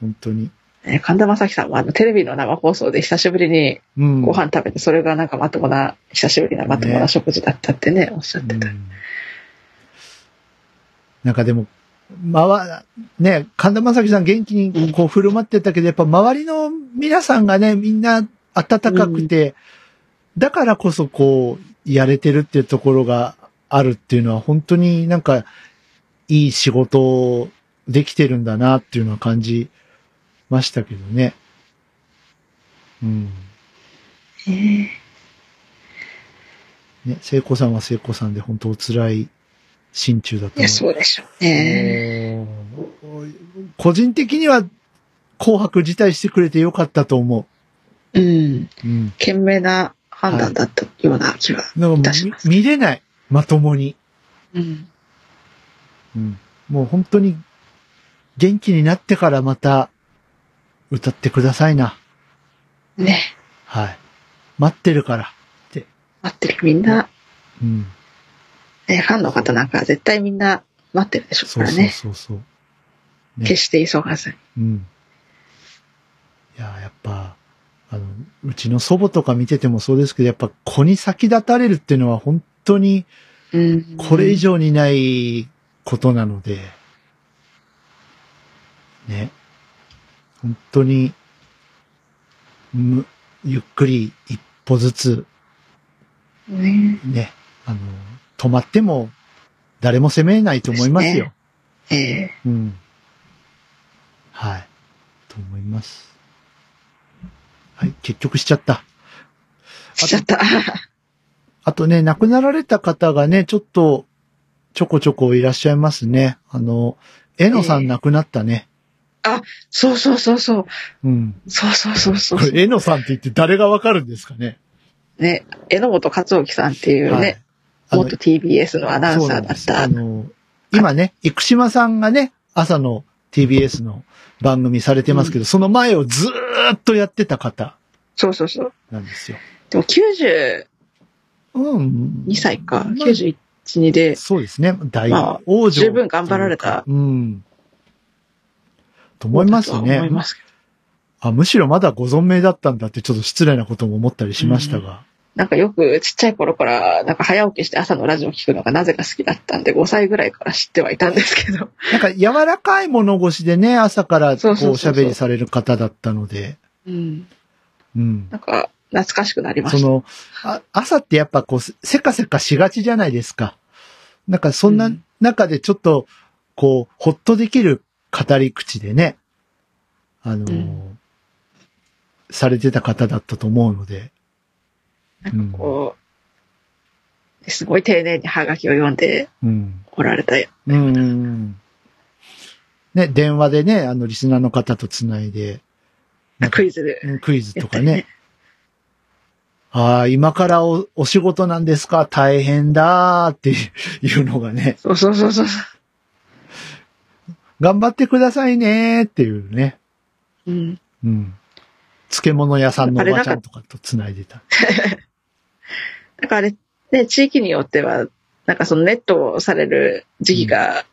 S2: 本当に。
S3: ね神田正輝さんはあのテレビの生放送で久しぶりに
S2: うん。
S3: ご飯食べて、それがなんかまともな、久しぶりなまともな食事だったってね、おっしゃってた。
S2: うんなんかでも、まわ、ね、神田正輝さん元気にこう振る舞ってたけど、やっぱ周りの皆さんがね、みんな温かくて、だからこそこう、やれてるっていうところがあるっていうのは、本当になんか、いい仕事をできてるんだなっていうのは感じましたけどね。うん。
S3: ね
S2: ね、聖子さんは聖子さんで本当お辛い心中だった
S3: い
S2: ので
S3: や、そうでしょうね。
S2: うん個人的には紅白辞退してくれてよかったと思
S3: うん。
S2: う。うん。
S3: 賢明な判断だったような気が。
S2: なんか
S3: 出し
S2: も
S3: ま
S2: うみ見れない。まともに。
S3: うん。
S2: うん。もう本当に元気になってからまた歌ってくださいな。
S3: ね。
S2: はい。待ってるから。
S3: 待ってる。みんな、
S2: うん。
S3: ね、ファンの方なんか絶対みんな待ってるでしょう
S2: そ
S3: か
S2: う
S3: ら
S2: そう
S3: ね。
S2: そうそう。ね
S3: 決して急がずに。
S2: うん。いや、やっぱ、あの、うちの祖母とか見ててもそうですけど、やっぱ子に先立たれるっていうのは本当に
S3: うん。
S2: これ以上にないことなので、ね。本当に、む、ゆっくり一歩ずつ、
S3: ね。
S2: ね、あの、止まっても、誰も責めないと思いますよ。
S3: ええ
S2: うん。はい。と思います。はい、結局しちゃった。
S3: しちゃった。
S2: あとね、亡くなられた方がね、ちょっと、ちょこちょこいらっしゃいますね。あの、えのさ
S3: え
S2: ん
S3: え
S2: 亡くなったね。
S3: そうそうそうそう。
S2: うん。
S3: そうそうそうそ
S2: こ
S3: う。
S2: れ、えのさんって言って誰がわかるんですかね。
S3: ね。榎本勝之さんっていう
S2: は
S3: ね
S2: い、あの
S3: 元 TBS のアナウン
S2: そう
S3: サ
S2: な
S3: ー
S2: ん
S3: だ
S2: で
S3: っ
S2: す。
S3: た
S2: あ。の、今ね、生島さんがね、朝の TBS の番組されてますけど、その前をずーっとやってた方
S3: そうそうそう。
S2: なんですよ。
S3: でも92
S2: うん。
S3: 歳か、
S2: まあ
S3: 91、2で、
S2: そうですね。大
S3: まあ
S2: 王女というか。
S3: 十分頑張られた
S2: うん。と思います
S3: だとは
S2: ね。
S3: 思いますけど。
S2: あ、むしろまだご存命だったんだってちょっと失礼なことも思ったりしましたが。
S3: なんかよくちっちゃい頃から、なんか早起きして朝のラジオ聞くのがなぜか好きだったんで、5歳ぐらいから知ってはいたんですけど。
S2: なんか柔らかい物腰でね、朝からこ
S3: そうそ
S2: う
S3: うそう
S2: おしゃべりされる方だったので、
S3: うん。
S2: うん。
S3: なんか、懐かしくなりま
S2: そ
S3: した。
S2: の、あ朝ってやっぱこう、せせかせかしがちじゃないですか。なんかそん
S3: う
S2: なん中でちょっと、こう、ほっとできる語り口でね、あのー
S3: うん
S2: されてた方だったと思うので、
S3: なんかこう、すごい丁寧にハガキを読んで
S2: うん。
S3: おられたよ。
S2: うん。ね、電話でね、あの、リスナーの方とつないで、なんか
S3: クイズで。
S2: うんクイズとか
S3: やったり
S2: ね。ああ、今からおお仕事なんですか大変だーっていうのがね、
S3: そうそうそうそう。
S2: 頑張ってくださいねーっていうね。
S3: うん。
S2: うん。漬物屋さんのおばちゃんとかとつないでた。
S3: なんかあれ、ね、地域によっては、なんかそのネットをされる時期が、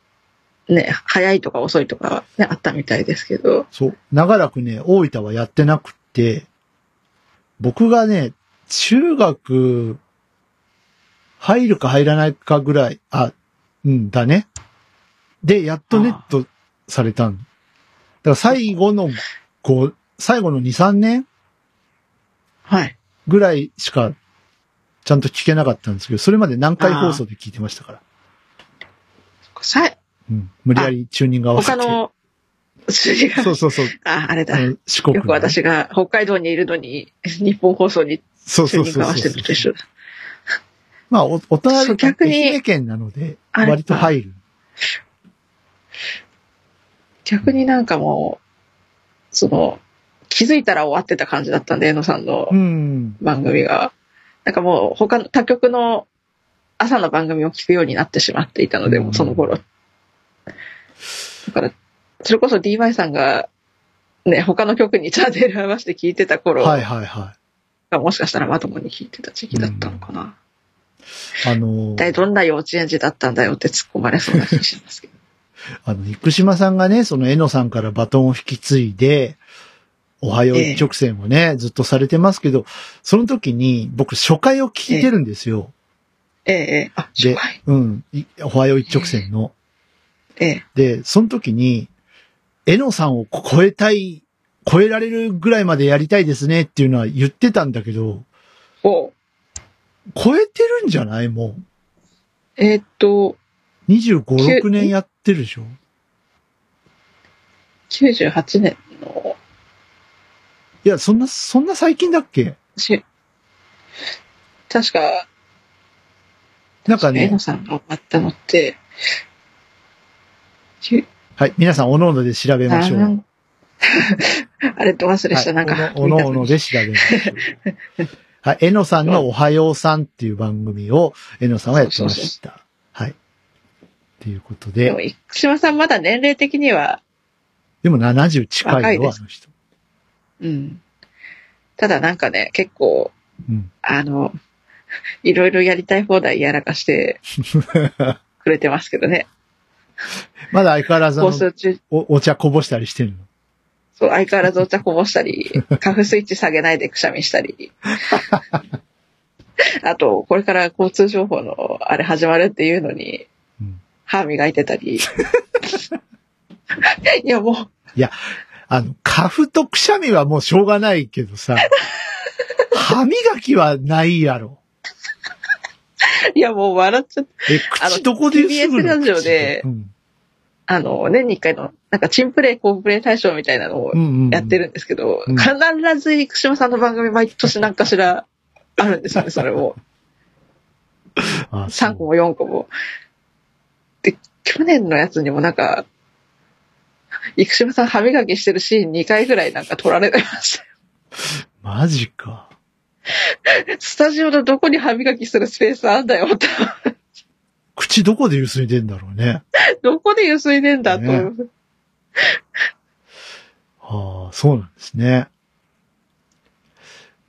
S3: ね、早いとか遅いとか、ね、あったみたいですけど、
S2: そう。長らくね、大分はやってなくって、僕がね、中学、入るか入らないかぐらい、あ、うんだね。で、やっとネットされたんだから最後の、こう、最後の2、3年
S3: はい。
S2: ぐらいしか、ちゃんと聞けなかったんですけど、それまで何回放送で聞いてましたから。
S3: さ
S2: うん。無理やりチューニング合わせ
S3: 他
S2: て。
S3: の、筋が
S2: そうそうそう。
S3: あ、あれだ。
S2: あ
S3: よ
S2: の四国の
S3: く
S2: ね、
S3: 私が北海道にいるのに、日本放送に
S2: そう
S3: チ
S2: そう
S3: ューニン
S2: そう
S3: グ合
S2: そう
S3: わせてると一緒だ。
S2: まあ、お、お
S3: そう
S2: 隣、
S3: 逆に
S2: 愛媛県なので、
S3: あれ
S2: 割と入る。
S3: 逆になんかもう、その、気づいたら終わってた感じだったんで、江野さんの
S2: うん。
S3: 番組が。なんかもう他の他局の朝の番組を聞くようになってしまっていたので、もうその頃。だから、それこそ DY さんが、ね、他の曲にチャンネル合わせて聞いてた頃
S2: はいはいは
S3: がもしかしたらまともに聞いてた時期だったのかな。
S2: い。あの
S3: 一体どんな幼稚園児だったんだよって突っ込まれそうな気がしますけど。
S2: あの、生島さんがね、その、えのさんからバトンを引き継いで、おはよう一直線をね、ずっとされてますけど、その時に僕初回を聞いてるんですよ。
S3: ええ、ええ、あ、初
S2: で
S3: 回。、
S2: うん、いおはよう一直線の。
S3: ええ、
S2: で、その時に、えのさんを超えたい、超えられるぐらいまでやりたいですねっていうのは言ってたんだけど、
S3: おう
S2: 超えてるんじゃないも
S3: えーっと、
S2: う。25、
S3: きゅ
S2: 6年やってるでしょ
S3: 98年の、
S2: いや、そんな、そんな最近だっけ
S3: し確か、
S2: なんか
S3: え
S2: ね
S3: の、さんが終わったのって、き
S2: はい、皆さん、おのおので調べましょう。
S3: あなん あれと忘れした、
S2: は
S3: ないんか。
S2: おのおので調べましょう。はい、えのさんのおはようさんっていう番組を、えのさんはやってました。はい。っていうこと
S3: でも、
S2: で、
S3: 生島さんまだ年齢的には、
S2: でも70近
S3: 若
S2: い
S3: い
S2: よ、
S3: で
S2: あ
S3: す
S2: の人。
S3: うん。ただなんかね、結構、
S2: うん。
S3: あの、 いろいろやりたい放題やら かしてくれてますけどね。
S2: まだ相変わらずあ
S3: 放
S2: の
S3: 送中、
S2: おお茶こぼしたりしてるの。
S3: そう、相変わらずお茶こぼし たり、カフスイッチ下げないでくしゃみしたり。 あと、これから交通情報のあれ始まるっていうのに
S2: うん、
S3: 歯磨いてたり。 いや、もう、
S2: あの、花粉とくしゃみはもうしょうがないけど さ、歯磨きはないやろ。
S3: いや、もう笑っちゃった。
S2: え、
S3: あの
S2: 口どこですぐ
S3: TBS ラジオで
S2: うん
S3: あの、年に一回の、なんか、チンプレイ、コンプレイ大賞みたいなのを
S2: うんうんうん
S3: やってるんですけど、
S2: うん
S3: 必ず生島さんの番組毎年何かしら あるんですよね、それも。
S2: あそう
S3: 3個も4個も。で、去年のやつにもなんか、生島さん歯磨きしてるシーン2回ぐらいなんか撮られてました。
S2: マジか。
S3: スタジオのどこに歯磨きするスペースあんだよって、
S2: 口どこでゆすいでんだろうね。
S3: どこでゆすいでんだと。
S2: ねああ、そうなんですね。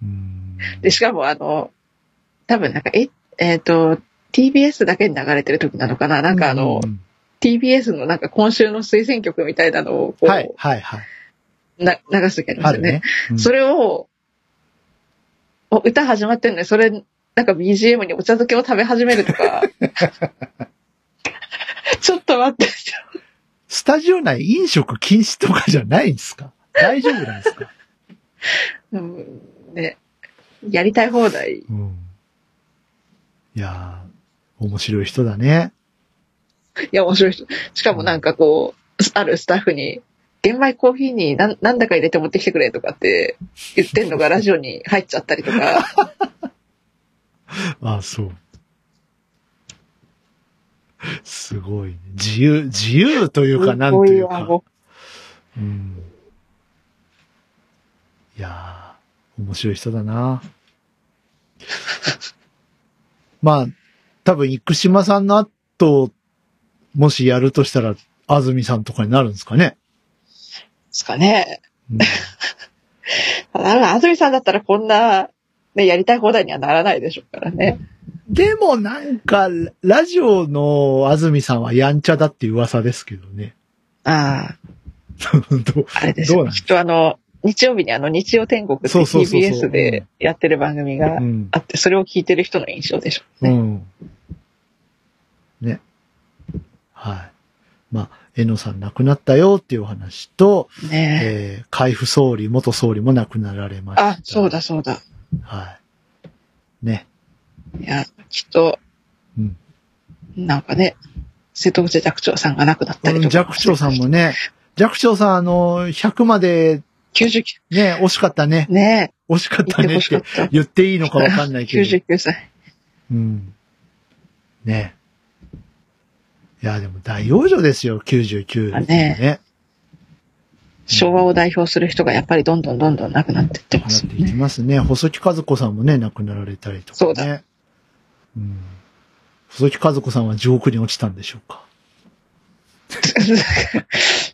S2: うーん。
S3: で、しかもあの、多分なんか、え、えっ、と、TBS だけに流れてる時なのかななんかあの、
S2: うん
S3: TBS のなんか今週の推薦曲みたいなのをこう、
S2: はい、はい、はい。
S3: な流す時ありま
S2: あ
S3: すよ
S2: る
S3: ね。
S2: ね。うん
S3: それを、お歌始まってるのに、それ、なんか BGM にお茶漬けを食べ始めるとか。 ちょっと待って。
S2: スタジオ内飲食禁止とかじゃないんですか大丈夫なんですか
S3: うんね。やりたい放題。
S2: うん。いやー、面白い人だね。
S3: いや、面白い人。しかもなんかこう、あるスタッフに、玄米コーヒーになんなんだか入れて持ってきてくれとかって言ってんのがラジオに入っちゃったりとか。
S2: ああ、そう。すごい、ね。自由、自由というか、なんという
S3: すごわ
S2: か。
S3: も
S2: うん。いやー、面白い人だ な。まあ、多分、生島さんの後、もしやるとしたら、安住さんとかになるんですかね。
S3: うですかね。
S2: うん
S3: あら、安住さんだったらこんな、ね、やりたい放題にはならないでしょうからね。
S2: でもなんか、ラジオの安住さんはやんちゃだっていう噂ですけどね。
S3: ああ。
S2: どう
S3: あれです
S2: どう
S3: よ
S2: なん
S3: ね。
S2: です
S3: きっとあの、日曜日にあの、日曜天国って
S2: そうそうそうそう
S3: TBS でやってる番組が
S2: うん。
S3: あって、それを聞いてる人の印象でしょう
S2: う
S3: ね。
S2: ん。ね。はい。まあ、えのさん亡くなったよっていうお話と、
S3: ねえ。
S2: えー、海部総理、元総理も亡くなられました。
S3: あ、そうだ。そうだ。
S2: はい。ね。
S3: いや、きっと、
S2: うん。
S3: なんかね、瀬戸口寂聴さんが亡くなったりとか。
S2: 寂聴さんも。ね、寂聴さん、あの、100まで
S3: 99、
S2: ね、惜しかったね。
S3: ね
S2: 惜しかっ
S3: え、
S2: た
S3: 言って
S2: ね
S3: ほ
S2: っ
S3: しかってた。
S2: 言っていいのかわかんない けど。
S3: 99歳。
S2: うん。ねいや、でも大養女ですよ、99
S3: あね
S2: ね。
S3: 昭和を代表する人がやっぱりどんどんどんどん亡くなっていって
S2: な
S3: ま
S2: っ
S3: す
S2: て
S3: もん
S2: いき
S3: ね。
S2: ますね。細木和子さんもね、亡くなられたりとかね。
S3: そうだ。
S2: うん。細木和子さんは地獄に落ちたんでしょうか。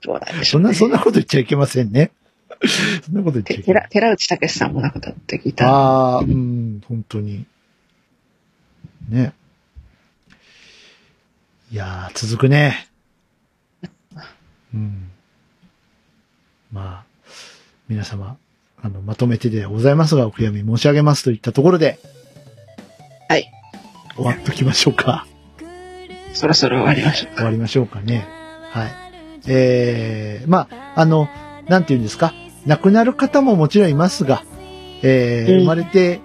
S3: どうなんでしょ
S2: そ
S3: うんね、
S2: な、そんなこと言っちゃいけませんね。 そんなこと言っちゃ
S3: て
S2: いけな
S3: 寺
S2: い。
S3: 寺内武さんも亡くなってきた。
S2: ああ、うん、本当に。ね。いやー、続く ね。うん。まあ、皆様、あの、まとめてでございますが、お悔やみ申し上げますといったところで、
S3: はい。
S2: 終わっときましょうか。
S3: そろそろ終わりましょう
S2: 終わ
S3: か。
S2: りましょうかね。はい。えー、まあ、あの、なんて言うんですか。亡くなる方ももちろんいますが、えー
S3: うん
S2: 生まれて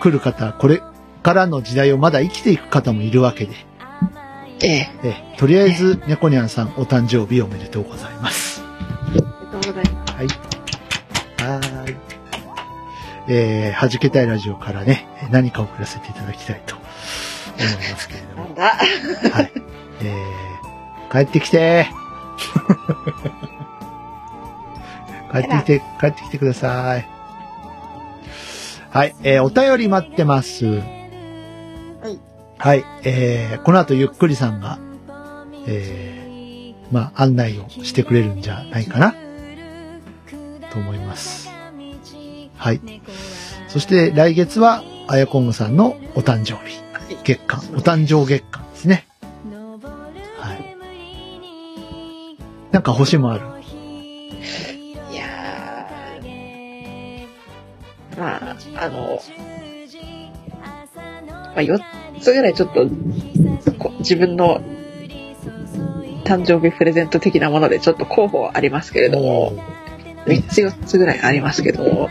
S2: くる方、これからの時代をまだ生きていく方もいるわけで、
S3: ええ。
S2: えーとりあえず、猫ニャンさんお誕生日おめでとうございます。
S3: ありがとうございます。
S2: はい。はーい。えー、弾けたいラジオからね、何か送らせていただきたいと思いますけれど
S3: な
S2: も
S3: ん。だ
S2: はい。えー、帰ってきて帰ってきて、帰ってきてください。はい、えー、お便り待ってます。はい
S3: い。
S2: えー、この後ゆっくりさんが、えー、まあ、案内をしてくれるんじゃないかな、と思います。はい。そして来月は、あやこんぐさんのお誕生日。月間、お誕生月間ですね。はい。なんか星もある。
S3: いやーまあ、あの、まあ、4つぐらいちょっと、こ自分の誕生日プレゼント的なものでちょっと候補はありますけれども、3つ4つぐらいありますけども、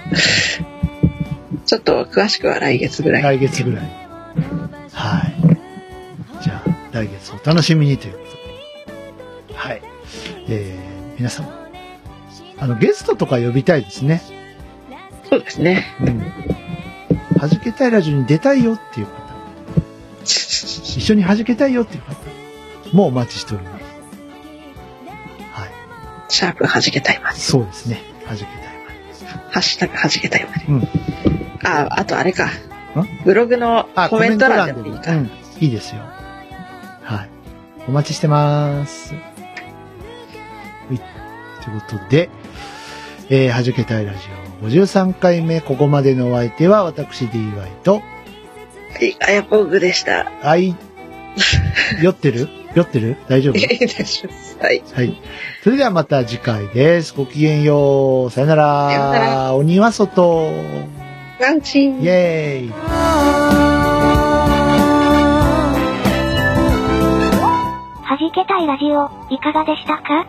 S3: ちょっと詳しくは来月ぐらい。
S2: 来月ぐらい。はい。じゃあ、来月お楽しみにということで。はい。えー、皆様。あの、ゲストとか呼びたいですね。
S3: そうですね。
S2: うん。弾けたいラジオに出たいよっていう方。一緒に弾けたいよっていう方。もうお待ちしております。はい。
S3: シャープ弾けたいまで。
S2: そうですね。弾けたいまで。
S3: ハッシュタグ弾けたいまで。
S2: うん
S3: あ、あとあれか。ブログの
S2: あ、
S3: コ
S2: コ
S3: メ
S2: メ
S3: ン
S2: ン
S3: ト
S2: ト欄
S3: 欄で
S2: でも
S3: もい
S2: い
S3: い
S2: い
S3: か。
S2: うん、いいですよ。はい。お待ちしてます。はい。ということで、えー、はじけたいラジオ53回目、ここまでのお相手は私 DY と、
S3: はい、あやぽんぐでした。
S2: あ い、酔ってる酔ってる大丈夫
S3: いやいや大丈夫です。はい。
S2: はい。それではまた次回です。ごきげんよう。さよなら。
S3: さよなら
S2: 鬼は外。
S3: ランチン
S2: イェーイ。
S1: 弾けたいラジオ、いかがでしたか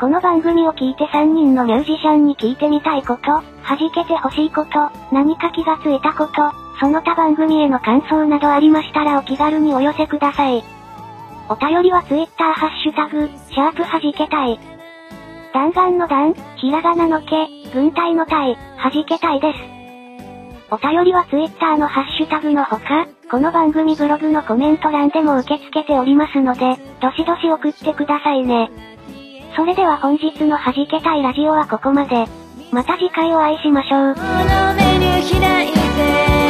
S1: この番組を聞いて3人のミュージシャンに聞いてみたいこと、弾けてほしいこと、何か気がついたこと、その他番組への感想などありましたらお気軽にお寄せください。お便りは Twitter ハッシュタグ、シャープ弾けたい。弾丸の弾、ひらがなのけ、軍隊の隊、弾けたいです。お便りは Twitter のハッシュタグのほか、この番組ブログのコメント欄でも受け付けておりますので、どしどし送ってくださいね。それでは本日の弾けたいラジオはここまで。また次回お会いしましょう。
S4: このメニュー開いて